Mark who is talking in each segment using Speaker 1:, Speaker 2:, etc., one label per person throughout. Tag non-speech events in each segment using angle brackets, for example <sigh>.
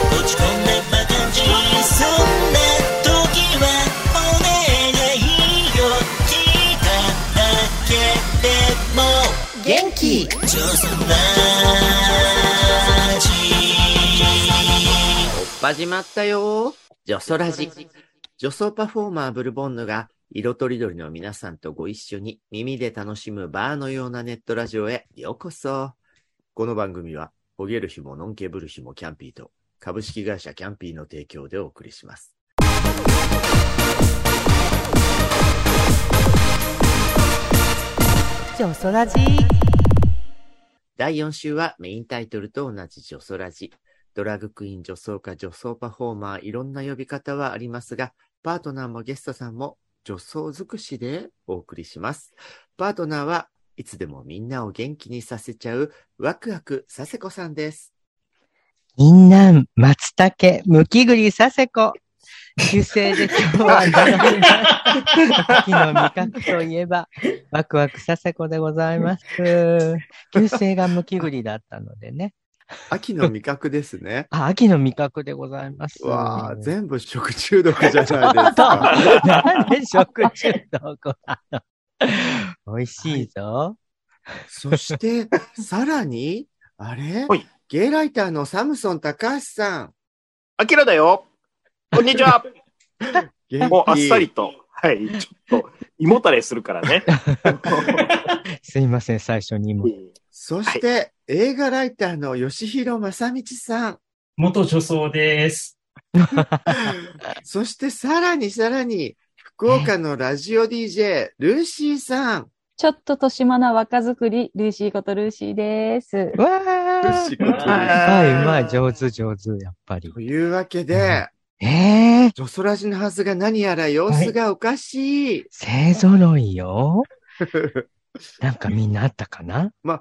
Speaker 1: 落ち込んだバカンジそんな時はお願いよ聞いただけでも
Speaker 2: 元気
Speaker 1: ジョスラジ
Speaker 3: 始まったよジョソラジ。ジョソパフォーマーブルボンヌが色とりどりの皆さんとご一緒に耳で楽しむバーのようなネットラジオへようこそ。この番組は、ほげる日ものんけぶる日もキャンピーと株式会社キャンピーの提供でお送りします。
Speaker 2: ジョソラジ
Speaker 3: 第4週はメインタイトルと同じ女装ラジ。ドラッグクイーン、女装家、女装パフォーマー、いろんな呼び方はありますが、パートナーもゲストさんも女装尽くしでお送りします。パートナーはいつでもみんなを元気にさせちゃうワクワクさせこさんです。
Speaker 2: みんな、松茸、むきぐりさせこ。修正で今日は並びます。秋の味覚といえば、ワクワクさせこでございます。旧姓がむきぐりだったのでね。。
Speaker 3: 秋の味覚です
Speaker 4: <laughs>
Speaker 3: ね
Speaker 2: あ、秋の味覚でございます。
Speaker 3: わあ、
Speaker 2: <laughs>
Speaker 3: 全部食中毒じゃないで
Speaker 4: <laughs>
Speaker 3: すか。
Speaker 2: なんで食中毒なの美味しいぞ。
Speaker 3: そして、さらに、あれ
Speaker 4: はい
Speaker 3: ゲイライターのサムソン高橋さん。
Speaker 4: アキラだよ。こんにちは。
Speaker 3: 元気
Speaker 4: <laughs> もうあっさりと。はい。ちょっと、胃もたれするから <laughs> ね。
Speaker 2: すいません、最初にも。
Speaker 3: そして、映画ライターの吉弘正道さん。
Speaker 5: <laughs> 元女装です。
Speaker 3: そして、さらにさらに、福岡のラジオ DJ、ルーシーさん。
Speaker 6: ちょっと年まな若作り、ルーシーことルーシーです。
Speaker 2: わー
Speaker 3: ルーシーことルーシー
Speaker 2: うまいうまい、上手上手、やっぱり
Speaker 3: と。いうわけで、
Speaker 2: ええー、
Speaker 3: 女ソラジのはずが何やら様子がおかしい。
Speaker 2: 勢揃い
Speaker 3: <laughs>
Speaker 2: よ。なんかみんなあったかな
Speaker 3: ね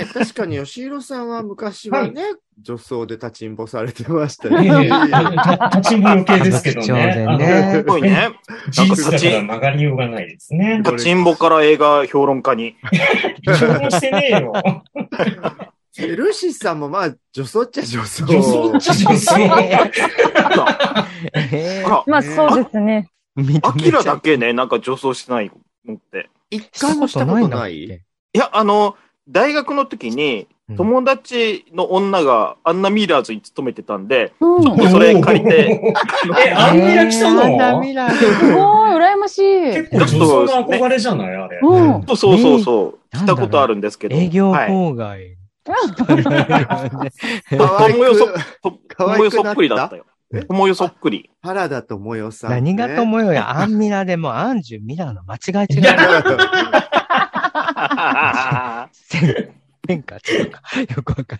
Speaker 3: え確かに吉弘さんは昔はね、女装で立ちんぼされてました
Speaker 5: え
Speaker 3: よ
Speaker 5: え
Speaker 3: ね。
Speaker 5: た立ちんぼ余計ですけど
Speaker 2: 貴重
Speaker 5: ね。
Speaker 2: でね
Speaker 4: すごいね。
Speaker 5: あの事実だから曲がりようがないですね。
Speaker 4: 立ちんぼから映画評論家に。
Speaker 5: 注文してねえよ。
Speaker 3: でルーシーさんもまあ、女装っちゃ女装。
Speaker 5: 女装っちゃ女装。
Speaker 2: え
Speaker 4: あ
Speaker 2: <laughs>
Speaker 4: ら、
Speaker 6: まあ
Speaker 3: ね
Speaker 6: そうですね。
Speaker 2: ー
Speaker 4: アキラだけね、なんか女装してないのって。
Speaker 3: 一回もしたことない
Speaker 2: んだっけ
Speaker 4: いや、あの、大学の時に
Speaker 2: うん、
Speaker 4: 友達の女がアンナ・ミーラーズに勤めてたんで、
Speaker 6: うん。す
Speaker 4: ちょっとそれ借りて、
Speaker 5: <laughs> え、アンミラ来た
Speaker 2: えーアンナ
Speaker 5: の
Speaker 2: ミラ
Speaker 6: ごい、羨ましい。
Speaker 5: 結構女装の憧れじゃないあれ。
Speaker 6: うん。
Speaker 4: そうそうそうそう、
Speaker 2: えー
Speaker 4: 来たことあるんですけど、
Speaker 2: 営業
Speaker 4: はい。
Speaker 2: 妨害。
Speaker 3: 可愛く
Speaker 4: 友よそと
Speaker 3: 可愛くなっ
Speaker 4: 友よ
Speaker 3: た
Speaker 4: そっくりだったよ
Speaker 3: え。
Speaker 4: 友よそっく
Speaker 3: <laughs>
Speaker 4: り。
Speaker 3: 原田智代さん、
Speaker 2: <laughs> 何がと思うよ
Speaker 3: <laughs>
Speaker 2: や、アンミラでもアンジュミラの間違い違い。
Speaker 3: 代
Speaker 2: 変化違うか。よくわか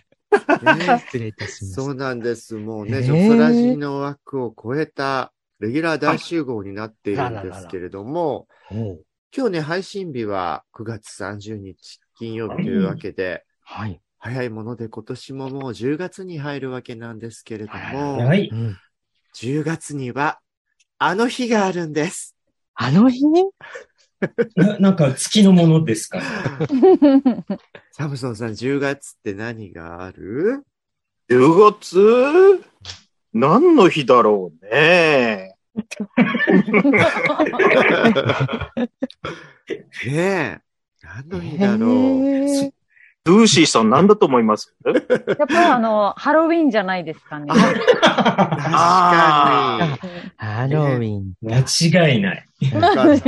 Speaker 2: んない。失礼いたしま
Speaker 3: <laughs> そう
Speaker 2: し
Speaker 3: なんです。もう
Speaker 2: え
Speaker 3: ね、
Speaker 2: ー
Speaker 3: ジョソラジの枠を超えたレギュラー大集合になっているんですけれども、
Speaker 2: た。おう
Speaker 3: 今日ね、配信日は9月30日金曜日というわけで、
Speaker 2: はい。
Speaker 3: 早いもので今年ももう10月に入るわけなんですけれども
Speaker 5: は、い。
Speaker 2: うん
Speaker 3: 10月にはあの日があるんです。
Speaker 2: あの日に
Speaker 5: ななんか月のものですかね。
Speaker 3: サムソンさん、10月って何がある
Speaker 4: 10月何の日だろうね。
Speaker 3: ねえ。何の日だろう。
Speaker 2: え
Speaker 4: ルーシーさん何だと思います
Speaker 6: やっぱりあの、ハロウィンじゃないですかね。
Speaker 3: あ確かに
Speaker 4: あ。
Speaker 2: ハロウィン。
Speaker 5: 間違いない。
Speaker 3: <laughs> よかっ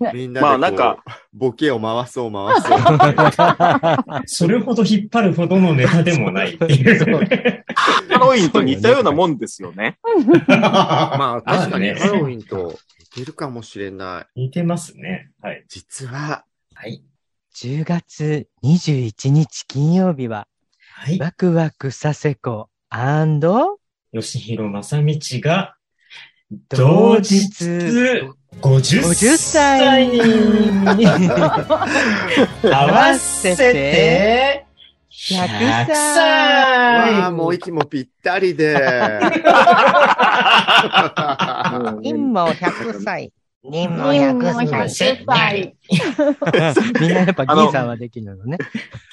Speaker 3: た。みんなでこ
Speaker 4: ま
Speaker 3: う、
Speaker 4: あなんか
Speaker 3: ボケを回そう回そう。
Speaker 5: それほど引っ張るほどのネタでもないってい
Speaker 2: そう
Speaker 5: う。 <laughs>
Speaker 4: ハロウィンと似たようなもんですよね。
Speaker 3: まあ確かに
Speaker 5: あるね
Speaker 3: ハロウィンと似てるかもしれない。
Speaker 5: 似てますね。はい。
Speaker 3: 実は、
Speaker 5: はい。
Speaker 2: 10月21日金曜日は、
Speaker 5: はい。
Speaker 2: ワクワクさせこ同
Speaker 5: 吉弘正道が、同日
Speaker 2: 日、
Speaker 5: 50
Speaker 2: 50
Speaker 5: 歳
Speaker 2: 歳
Speaker 5: に
Speaker 2: に
Speaker 5: 合わせて100
Speaker 2: 100
Speaker 5: 歳
Speaker 3: わあ、もう息もぴったりで。
Speaker 2: 陰も100歳、任
Speaker 6: も100歳
Speaker 2: みんなやっぱ銀さんはできるのね。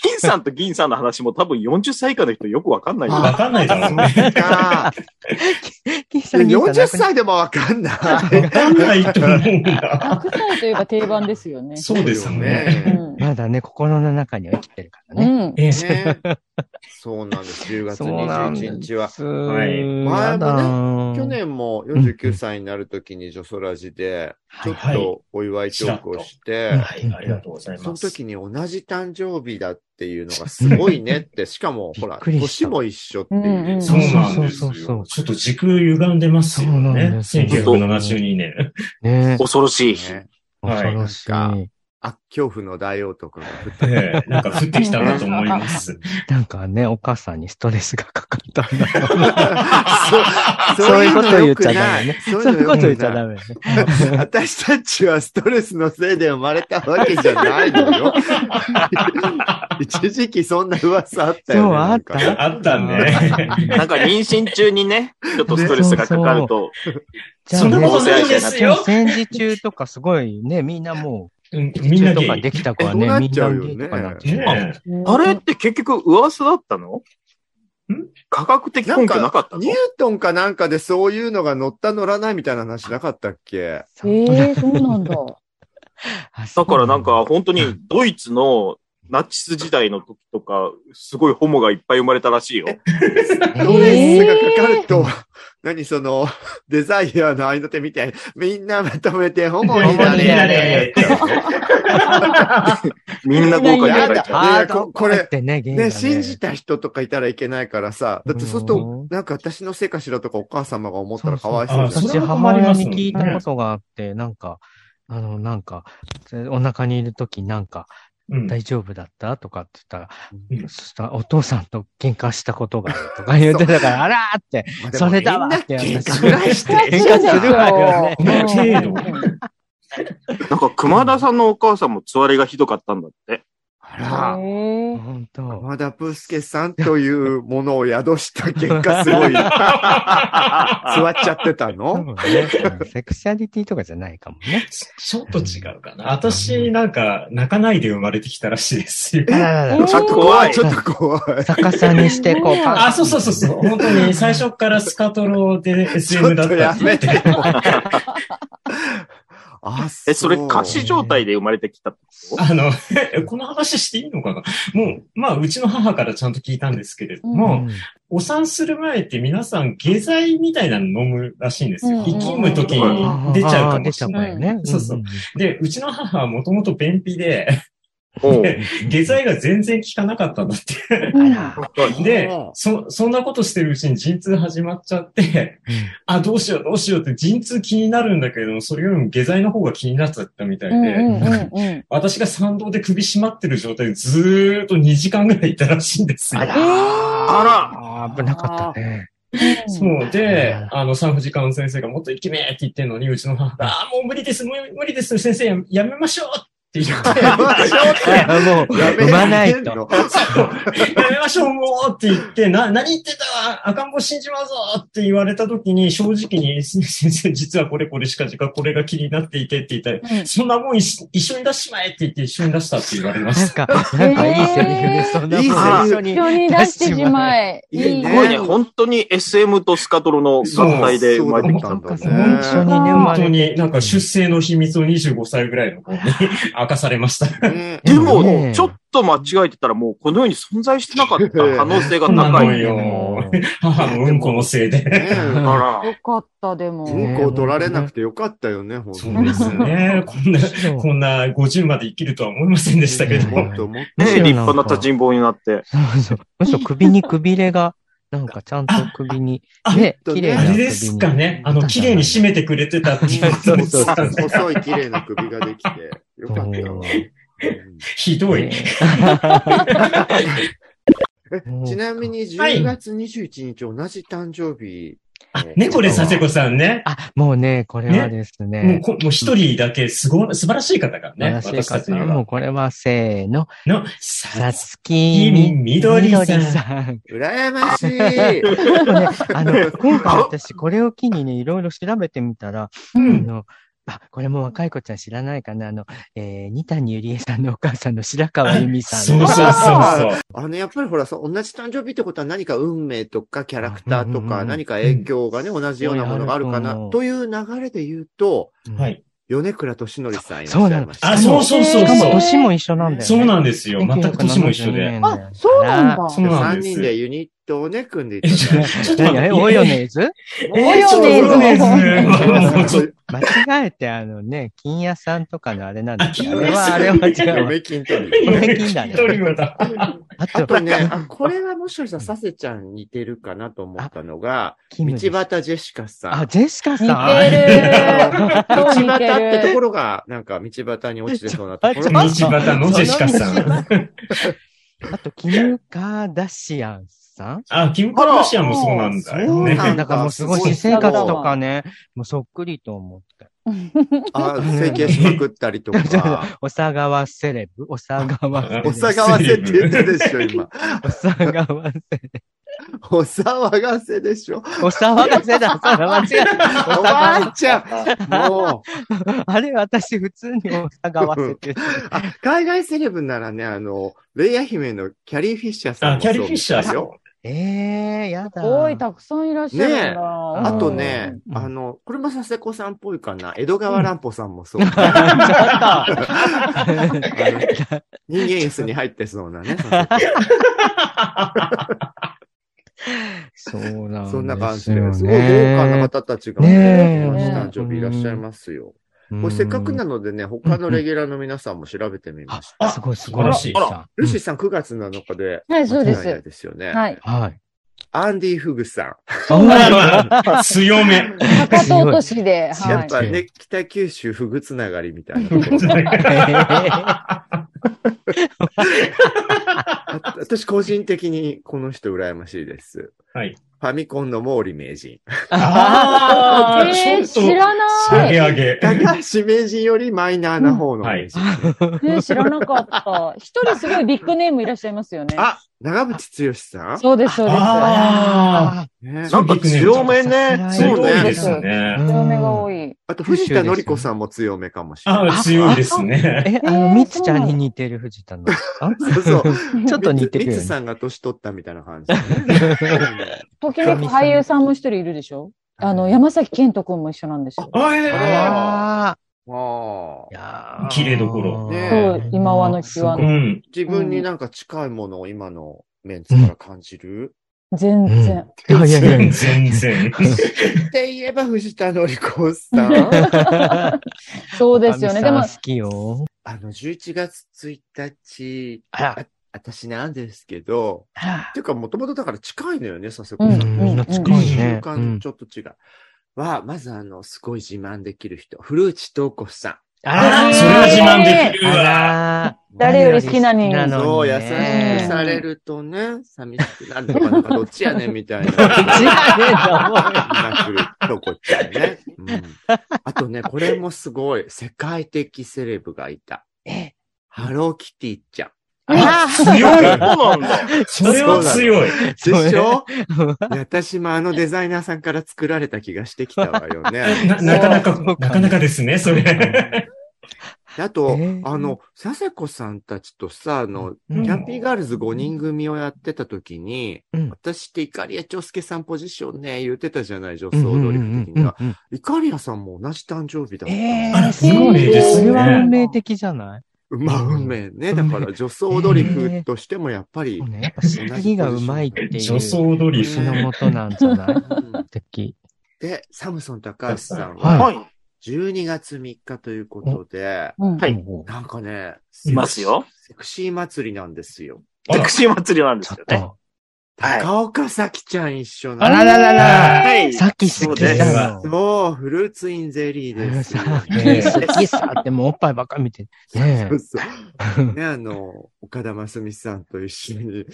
Speaker 4: 金さんと銀さんの話も多分40歳以下の人よくわかんないよ。
Speaker 5: わかんないだろうね。
Speaker 2: <laughs>
Speaker 3: あ
Speaker 2: 銀
Speaker 3: ー
Speaker 2: さん銀さん
Speaker 3: 40
Speaker 2: なくな
Speaker 3: 歳でもわかんない。
Speaker 5: わかんないと思うんだ。
Speaker 6: 100歳といえば定番ですよね。
Speaker 5: そうですよね。
Speaker 6: うん。
Speaker 2: まだね、心の中には生きてるから
Speaker 6: う
Speaker 2: ね。
Speaker 6: ん。
Speaker 5: え
Speaker 3: ね。そうなんです。10月
Speaker 2: そうなんです
Speaker 3: 21日は。
Speaker 5: い
Speaker 2: やだー
Speaker 3: 去年も49歳になるときに女ソラジで、ちょっとお祝いトークをして、
Speaker 5: はい、ありがとうござい
Speaker 3: そ
Speaker 5: ま
Speaker 3: の
Speaker 5: す。
Speaker 3: 時に同じ誕生日だっていうのがすごい
Speaker 2: <laughs>
Speaker 3: ねって、しかもほら、
Speaker 2: びっくりし
Speaker 3: 年
Speaker 2: た
Speaker 3: も一緒っていう
Speaker 6: うんう
Speaker 3: ね。
Speaker 6: ん
Speaker 5: そうなんです
Speaker 2: そうそうそうそ
Speaker 5: よ
Speaker 2: う。
Speaker 5: ちょっと時空歪んでますよ
Speaker 2: そうなん
Speaker 5: ね。
Speaker 2: ですよ
Speaker 5: 1972年。
Speaker 2: ね
Speaker 4: 恐ろしい。
Speaker 3: ね
Speaker 2: 恐ろしい。
Speaker 3: はいあ、恐怖の大男が降った。
Speaker 5: ええなんか降ってきたんだと思います。
Speaker 2: なんかね、お母さんにストレスがかかったんだろう
Speaker 3: そ
Speaker 2: そういうこと言っちゃダメね。
Speaker 3: そう
Speaker 2: そう
Speaker 3: い
Speaker 2: いう
Speaker 3: う
Speaker 2: こ
Speaker 3: ことと
Speaker 2: 言っ
Speaker 3: 言っ
Speaker 2: ち
Speaker 3: ち
Speaker 2: ゃ
Speaker 3: ゃ
Speaker 2: ダ
Speaker 3: ダ
Speaker 2: メね。
Speaker 3: メ。私たちはストレスのせいで生まれたわけじゃないの
Speaker 2: <laughs>
Speaker 3: よ。一時期そんな噂あったよね。
Speaker 2: そう <laughs> あった
Speaker 3: なんか
Speaker 5: あったね。
Speaker 4: なんか妊娠中にね、ちょっとストレスがかかると、
Speaker 5: そんなことないですよ。
Speaker 2: 戦時中とかすごいね、みんなも
Speaker 5: <laughs> うん
Speaker 2: う、
Speaker 5: みんなゲ
Speaker 2: とか
Speaker 5: イ。
Speaker 2: できた子は
Speaker 3: え
Speaker 2: ね
Speaker 3: ど、うな
Speaker 2: みん
Speaker 3: っちゃ
Speaker 2: な
Speaker 3: うよ
Speaker 2: ゲ
Speaker 3: ね
Speaker 2: イとかなっちゃう
Speaker 5: ねえ
Speaker 4: あれって結局噂だったの
Speaker 5: ん
Speaker 4: 科学的根拠なかったの
Speaker 3: ニュートンかなんかでそういうのが乗った乗らないみたいな話なかったっけ
Speaker 6: ええ、そうなんだ。
Speaker 4: だからなんか、本当にドイツのナチス時代の時とか、すごいホモがいっぱい生まれたらしいよ。
Speaker 2: え
Speaker 3: ストレスがかかると、何その、 <laughs> デザイアの合いの手みたいに、みんなまとめてホモになれ。
Speaker 5: ホモになれ
Speaker 3: <laughs>
Speaker 4: みんな豪華に
Speaker 3: や
Speaker 4: 働い
Speaker 3: だ
Speaker 4: ちゃう。
Speaker 2: あ
Speaker 3: ね
Speaker 2: あ、
Speaker 3: こ
Speaker 2: こ
Speaker 3: こ
Speaker 2: れ
Speaker 3: れ
Speaker 2: ってね、ゲイが
Speaker 3: ね、信じた人とかいたらいけないからさ、だってそうする
Speaker 2: う
Speaker 3: と
Speaker 2: ん、
Speaker 3: なんか私のせいかしらとかお母様が思ったらかわいそうじゃん。
Speaker 5: そ
Speaker 2: 私
Speaker 5: うれは
Speaker 2: 母
Speaker 5: 困り
Speaker 2: 親
Speaker 5: ます
Speaker 2: に
Speaker 5: ね
Speaker 2: 聞いたことがあって、なんか、あの、なんか、お腹にいるときなんか、
Speaker 5: うん
Speaker 2: 大丈夫だったとかって言ったら、
Speaker 5: うん
Speaker 2: そしたらお父さんと喧嘩したことがあるとか言ってた <laughs> から、あらーって、
Speaker 3: まあ
Speaker 2: それだわ
Speaker 3: でもみんな喧嘩ぐらいして
Speaker 2: 喧嘩するわよね。
Speaker 5: この程度。
Speaker 4: なんか熊田さんのお母さんもつわりがひどかったんだって。
Speaker 3: あら、
Speaker 6: ええ。
Speaker 2: 本当。
Speaker 3: まだプースケさんというものを宿した喧嘩すごい、座っちゃってた
Speaker 2: <laughs> 多分
Speaker 3: の
Speaker 2: ねセクシャリティとかじゃないかもね。
Speaker 5: ちょっと違うかな。私、なんか、泣かないで生まれてきたらしいですよ。
Speaker 2: あららら
Speaker 4: ちょっと
Speaker 3: 怖
Speaker 4: 怖
Speaker 3: い、
Speaker 4: い
Speaker 3: ち。ょっと怖い。
Speaker 2: 逆さにして、こう、パン
Speaker 5: あ、そうそうそうそう。本当に、最初からスカトロで
Speaker 3: ちょ
Speaker 5: SM
Speaker 3: っ
Speaker 5: だっ
Speaker 3: と
Speaker 5: た
Speaker 3: や
Speaker 5: って言
Speaker 3: め
Speaker 5: って
Speaker 3: て。もうあ、
Speaker 4: え、それ歌詞状態
Speaker 3: で。
Speaker 4: で生まれてきたってこと
Speaker 5: あの、 <laughs> この話していいのかなもう、まあ、うちの母からちゃんと聞いたんですけれど
Speaker 2: う
Speaker 5: も、
Speaker 2: ん
Speaker 5: お産する前って皆さん下剤みたいなの飲むらしいんです
Speaker 6: う
Speaker 5: よ。
Speaker 6: ん
Speaker 5: 生きむ時に出ちゃうかもしれない。
Speaker 2: あー出ちゃうからね。。
Speaker 5: そうそうんで、うちの母はもともと便秘で、
Speaker 4: おう
Speaker 5: 下剤が全然効かなかったんだって。
Speaker 6: うん
Speaker 5: で、そ、そんなことしてるうちに陣痛始まっちゃって、あ、どうしようどうしようって陣痛気になるんだけれども、それよりも下剤の方が気になっちゃったみたい
Speaker 6: うん
Speaker 5: で、
Speaker 6: うんうんうん。
Speaker 5: 私が参道で首締まってる状態でずーっと2時間ぐらいいたらしいんですよ。
Speaker 4: あら
Speaker 2: あー危なかったね。
Speaker 5: そう。で
Speaker 2: うん、
Speaker 5: あの、産婦人科の先生がもっとイケメンって言ってんのに、うちの母が、ああ、もう無理です、もう無理です、先生ややめましょうって言って、や
Speaker 2: あもう、産まないと。
Speaker 3: と。
Speaker 5: めましょう、もうって言って、な、何言ってた赤ん坊死んじまうぞって言われた時に、正直に、 <laughs> 先生、実はこれこれしか時間、これが気になっていてって言ったら、
Speaker 6: うん
Speaker 5: そんなもん一緒一緒に出しちまえって言って一緒に出したって言われま
Speaker 2: なん <laughs>
Speaker 5: した。
Speaker 2: か、なんかいいセリフで、そんなもん
Speaker 3: いい
Speaker 2: 一
Speaker 3: セ
Speaker 2: 緒に
Speaker 6: 一緒に出してしまえ。
Speaker 3: いいね
Speaker 4: すごいね、本当に SM とスカトロの合体で生まれてきたんだ
Speaker 3: そう
Speaker 4: ね。
Speaker 3: そうだ
Speaker 2: 一緒にね、生ま
Speaker 5: 本当
Speaker 2: れて
Speaker 5: になんか出生の秘密を25歳ぐらいの子に明かされま
Speaker 2: <laughs>
Speaker 5: した。
Speaker 3: ね
Speaker 4: で
Speaker 2: ね
Speaker 4: も、ちょっと間違えてたらもうこの世に存在してなかった可能性が
Speaker 5: そうな
Speaker 4: 高
Speaker 5: の
Speaker 4: い。
Speaker 5: よ。母のうんこのせいで。
Speaker 3: ね
Speaker 4: あら
Speaker 6: よ。かった、でも。
Speaker 3: うんこを取られなくてよかったよね、ほんと
Speaker 5: そうですね。こんな、こんな50まで生きるとは思いませんでしたけれど
Speaker 3: も
Speaker 5: も
Speaker 3: っ。ともっと。
Speaker 2: むし
Speaker 4: ね
Speaker 2: ろなんか
Speaker 4: 立派な立ちんぼになって。
Speaker 2: そうそう。むしろ首にくびれが、なんかちゃんと首に
Speaker 5: あ、
Speaker 2: ね、
Speaker 3: あ
Speaker 2: 綺麗な
Speaker 5: あ
Speaker 2: 首に。
Speaker 5: れですかね。あの、綺麗に締めてくれてたっていうこと
Speaker 2: そう
Speaker 5: で
Speaker 2: そう
Speaker 5: すかね。
Speaker 3: 細い綺麗な首ができて、よかったよ。
Speaker 5: ひどい。
Speaker 3: うんちなみに10月21日同じ誕生日。
Speaker 5: あ、ね、これ、佐世子さんね。
Speaker 2: あ、もうね、これはです
Speaker 5: もう
Speaker 2: ね。
Speaker 5: こ、もう一人だけ、すごい、素晴らしい方がね、
Speaker 2: 素晴らし
Speaker 5: 私
Speaker 2: い方
Speaker 5: たちに
Speaker 2: も
Speaker 5: は
Speaker 2: う。これはせーの。
Speaker 5: の、
Speaker 2: さ
Speaker 5: さ
Speaker 2: つきみ
Speaker 5: み
Speaker 2: ど
Speaker 5: ど
Speaker 2: り
Speaker 5: り
Speaker 2: さ
Speaker 5: さ
Speaker 2: ん
Speaker 5: ん。
Speaker 3: 羨ましい。
Speaker 2: ちょっとねあの、今回私これを機にね、いろいろ調べてみたら、
Speaker 5: う
Speaker 2: あ
Speaker 5: ん。
Speaker 2: の、あ、これも若い子ちゃん知らないかな。あの、えー、二谷ゆりえさんのお母さんの白川由美さん。
Speaker 5: そうそうそうそう。
Speaker 3: あの、やっぱりほら、そう同じ誕生日ってことは何か運命とかキャラクターと
Speaker 2: うんうんう
Speaker 3: か
Speaker 2: ん
Speaker 3: 何か影響がね、同じようなものがあるか
Speaker 2: そうやあると思
Speaker 3: な、
Speaker 2: う
Speaker 3: という流れで言うと、
Speaker 2: うん
Speaker 5: はい。
Speaker 3: 米倉敏則さんいらっしゃいまし
Speaker 5: あ、
Speaker 3: た。
Speaker 5: そうそうそ
Speaker 2: し
Speaker 5: う
Speaker 2: かも
Speaker 5: そう。
Speaker 2: 年も一緒なんだよね。
Speaker 5: そうなんんですよ。全く年も一緒で。
Speaker 6: あ、そうなんだ。
Speaker 5: そうな
Speaker 3: 3
Speaker 5: んです
Speaker 3: 人でユニットをね、組んでいた
Speaker 5: え
Speaker 3: だい
Speaker 5: ちょ
Speaker 3: て。
Speaker 5: ちょっと
Speaker 2: 何
Speaker 5: 待っ
Speaker 2: が
Speaker 5: て。
Speaker 2: え、オヨネーズ
Speaker 5: えちょっと
Speaker 6: オヨネー
Speaker 3: <laughs>
Speaker 6: ズ
Speaker 5: オヨネーズもうちょっと
Speaker 2: 間違えて、あのね、金屋さんとかのあれなんだけど、あ
Speaker 5: あ
Speaker 2: れ
Speaker 5: 金屋
Speaker 2: は、
Speaker 5: さん
Speaker 2: あれは違うわ。
Speaker 3: 嫁金取り。
Speaker 2: 嫁金だね
Speaker 5: トリオだ
Speaker 2: あ
Speaker 3: あ
Speaker 2: と、
Speaker 3: とね、あこれはもしかしたらサセちゃん似てるかなと思ったのが、
Speaker 2: キ
Speaker 3: 道
Speaker 2: ム
Speaker 3: 端
Speaker 2: です
Speaker 3: ジェシカさん
Speaker 2: あ、。ジェシカさ
Speaker 6: 似
Speaker 2: ん。
Speaker 6: てる。
Speaker 3: 道
Speaker 6: そ
Speaker 3: 端っ
Speaker 6: う似て
Speaker 3: てとこ
Speaker 6: ろ。
Speaker 3: ろが、なんか道端に落ちてそうなとこ
Speaker 2: ちょ
Speaker 3: ろ
Speaker 2: ちょ
Speaker 3: が
Speaker 5: 道、端のジェシカさ
Speaker 2: その道
Speaker 5: ん。
Speaker 2: あと、キム・カーダシアンさん
Speaker 5: あ、キムカダシアンもそうなんだよ
Speaker 3: そうな
Speaker 5: ね。
Speaker 2: だからもうすごい
Speaker 3: すごい
Speaker 2: 私生活とかね、もうそっくりと思って。
Speaker 3: あ整形しまくったりとか、
Speaker 2: おさがわセレブおさがわセレブ
Speaker 3: お騒がせって言ってるでしょ、今。
Speaker 2: おさがわセレ
Speaker 3: お騒がせでしょ。
Speaker 2: ブおさわがせだそうだ、間違えた。おさ
Speaker 3: おば
Speaker 2: が
Speaker 3: あちゃん、もう、
Speaker 2: あれ、私普通におさがわせって言って
Speaker 3: あ、海外セレブならね、あの、レイヤ姫のキャリー・フィッシャーさん
Speaker 5: あ、
Speaker 3: も
Speaker 5: キ
Speaker 3: そう
Speaker 5: ャリーフィッシャー
Speaker 3: です
Speaker 5: さん
Speaker 3: よ。。
Speaker 2: る。えー、やだ。
Speaker 6: すごい、
Speaker 2: <laughs>
Speaker 6: たくさんいらっしゃるんだ。
Speaker 3: あとね
Speaker 2: う、ん
Speaker 3: あの、これも佐世子さんっぽいかな。江戸川乱歩さんもそう。
Speaker 2: ちょっと。
Speaker 3: 人間椅子に入ってそうなね。佐世
Speaker 2: そうなんですよ、ね。
Speaker 3: 子そんな感じで、すごい豪華な方たちがね、
Speaker 2: ねえ
Speaker 3: お誕生日いらっしゃいますよ。これせっかくなのでね、他のレギュラーの皆さんも調べてみました。
Speaker 2: あ、すごい、素晴らしい。
Speaker 4: あら
Speaker 2: さ
Speaker 3: ルーシーさん9月7日で、
Speaker 6: はい、そうで
Speaker 3: 間違いない
Speaker 6: す。
Speaker 3: ですよね。
Speaker 6: はい。
Speaker 2: はい。
Speaker 3: アンディ・フグさん。
Speaker 5: 強め。
Speaker 6: 高藤都市で、
Speaker 3: や
Speaker 6: は
Speaker 3: っ
Speaker 6: い。
Speaker 3: ぱね、北九州フグつながりみたいなところ。あ私個人的にこの人羨ましいです。
Speaker 5: はい。
Speaker 3: ファミコンの毛利名人。
Speaker 5: あー
Speaker 6: えー、
Speaker 5: ちょっと
Speaker 6: 知らな
Speaker 5: 上
Speaker 6: い。
Speaker 5: げ上げ。
Speaker 3: 高橋名人よりマイナーな方の名人。
Speaker 6: ね、知らなかった。一人すごいビッグネームいらっしゃいますよね。
Speaker 3: あ、長渕剛さん
Speaker 6: そうです、そうです。
Speaker 5: あ
Speaker 3: ね
Speaker 4: なんか強めね
Speaker 5: あ、。
Speaker 3: そうね
Speaker 5: 強いですね。
Speaker 6: 強めが多い。
Speaker 3: あと藤田のり子さんも強めかもしれない。
Speaker 5: あ強いですね。
Speaker 2: え、あの、みつちゃんに似てる藤田のりさん。
Speaker 3: そうそう。
Speaker 2: ちょっと似てるよ
Speaker 3: み
Speaker 2: ね
Speaker 3: つさんが年取ったみたいな感
Speaker 5: <laughs>
Speaker 3: じ。
Speaker 6: ときめく俳優さんも一人いるでしょあの、山崎賢人くんも一緒なんですよ。
Speaker 5: あえー
Speaker 2: あ
Speaker 3: あ
Speaker 2: ーい
Speaker 3: あ。
Speaker 2: やー
Speaker 5: 綺麗どころ
Speaker 3: ね
Speaker 6: そ
Speaker 3: え
Speaker 6: う、今はの際
Speaker 5: う
Speaker 6: の。
Speaker 5: <laughs> ん。
Speaker 3: 自分になんか近いものを今のメンツから感じる、
Speaker 6: 全然。
Speaker 2: いやいやいや。
Speaker 5: 全然。
Speaker 3: って言えば藤田のり子さん。
Speaker 2: <laughs>
Speaker 6: そうですよね。で
Speaker 2: お
Speaker 6: も
Speaker 2: かみ、さん好きよ。
Speaker 3: あの、11月1日、
Speaker 2: あら、
Speaker 3: 私なんですけど、
Speaker 2: あら。
Speaker 3: ていうか、もともとだから近いのよね、佐世
Speaker 6: う
Speaker 3: 子
Speaker 6: ん
Speaker 3: さん。
Speaker 2: みんな近い
Speaker 3: 習
Speaker 2: ね。
Speaker 3: 慣ちょっと違う。は、まずあの、すごい自慢できる人。古内東子さ
Speaker 5: あ
Speaker 2: ー
Speaker 5: それは自慢できる
Speaker 2: あ
Speaker 5: わ。
Speaker 2: らー
Speaker 6: 誰より好きなのに
Speaker 2: 誰
Speaker 3: ん。そ
Speaker 2: よ
Speaker 3: う、優
Speaker 2: り好
Speaker 3: し
Speaker 2: き
Speaker 3: く
Speaker 2: なのにね
Speaker 3: されるとね、寂しくなるとか、なんかどっちやねんみたいな。
Speaker 2: 違う <laughs> ねど
Speaker 3: 古内東子ちゃんね。うん。あとね、これもすごい、世界的セレブがいた。
Speaker 2: え
Speaker 3: ハローキティちゃん。
Speaker 5: あ強
Speaker 4: そう
Speaker 5: い。
Speaker 4: なんだ。
Speaker 5: それは強い。
Speaker 3: でしょ
Speaker 2: う
Speaker 3: いや私もあのデザイナーさんから作られた気がしてきたわよ
Speaker 2: <laughs>
Speaker 3: ね。
Speaker 5: な、なかなか
Speaker 2: そう、
Speaker 5: なかなかですね、それ。
Speaker 3: であと、
Speaker 2: えー
Speaker 3: あの、佐世子さんたちとさ、あの、キ
Speaker 2: うん
Speaker 3: ャンピーガールズ5人組をやってた時に、
Speaker 2: うん
Speaker 3: 私ってイカリア長介さんポジションね、言ってたじゃない、女
Speaker 2: う
Speaker 3: 装
Speaker 2: んうん
Speaker 3: ド
Speaker 2: う
Speaker 3: リ
Speaker 2: ん
Speaker 3: フ的
Speaker 2: う
Speaker 3: に
Speaker 2: ん
Speaker 3: は。
Speaker 2: うん
Speaker 3: イカリアさんも同じ誕生日だった。
Speaker 2: え
Speaker 5: あ
Speaker 2: ー、
Speaker 5: らすごいですね
Speaker 2: それは運命的じゃない
Speaker 3: まあ、運命ね。だから、女装ドリフとしてもやっぱり、
Speaker 2: そうね。やっぱ知りがうまいっていう。
Speaker 5: 女装ドリ
Speaker 2: 牛
Speaker 5: フ。
Speaker 2: の元なんじゃない
Speaker 3: うん
Speaker 2: 敵。
Speaker 3: で、サムソン高橋さん
Speaker 2: はい
Speaker 3: は、
Speaker 4: はい。
Speaker 3: 12月3日ということで、
Speaker 6: うん
Speaker 4: はい
Speaker 3: なんかね、
Speaker 4: いますよ。
Speaker 3: セクシー祭りなんですよ。
Speaker 5: あ
Speaker 4: セクシー祭りなんで
Speaker 2: ち
Speaker 4: す
Speaker 2: ょ
Speaker 4: よ
Speaker 2: っ
Speaker 4: ね。
Speaker 2: と。
Speaker 4: はい
Speaker 3: 高岡咲ちゃん一緒
Speaker 2: あ
Speaker 3: な
Speaker 2: ら
Speaker 3: の。
Speaker 2: ららら。
Speaker 4: はい。
Speaker 2: さっき好きだよ。
Speaker 3: そう、フルーツインゼリーです。
Speaker 2: さっき好きさってもうおっぱいばっか見て。ね
Speaker 3: そうそう。ね、あの、岡田真澄さんと一緒に。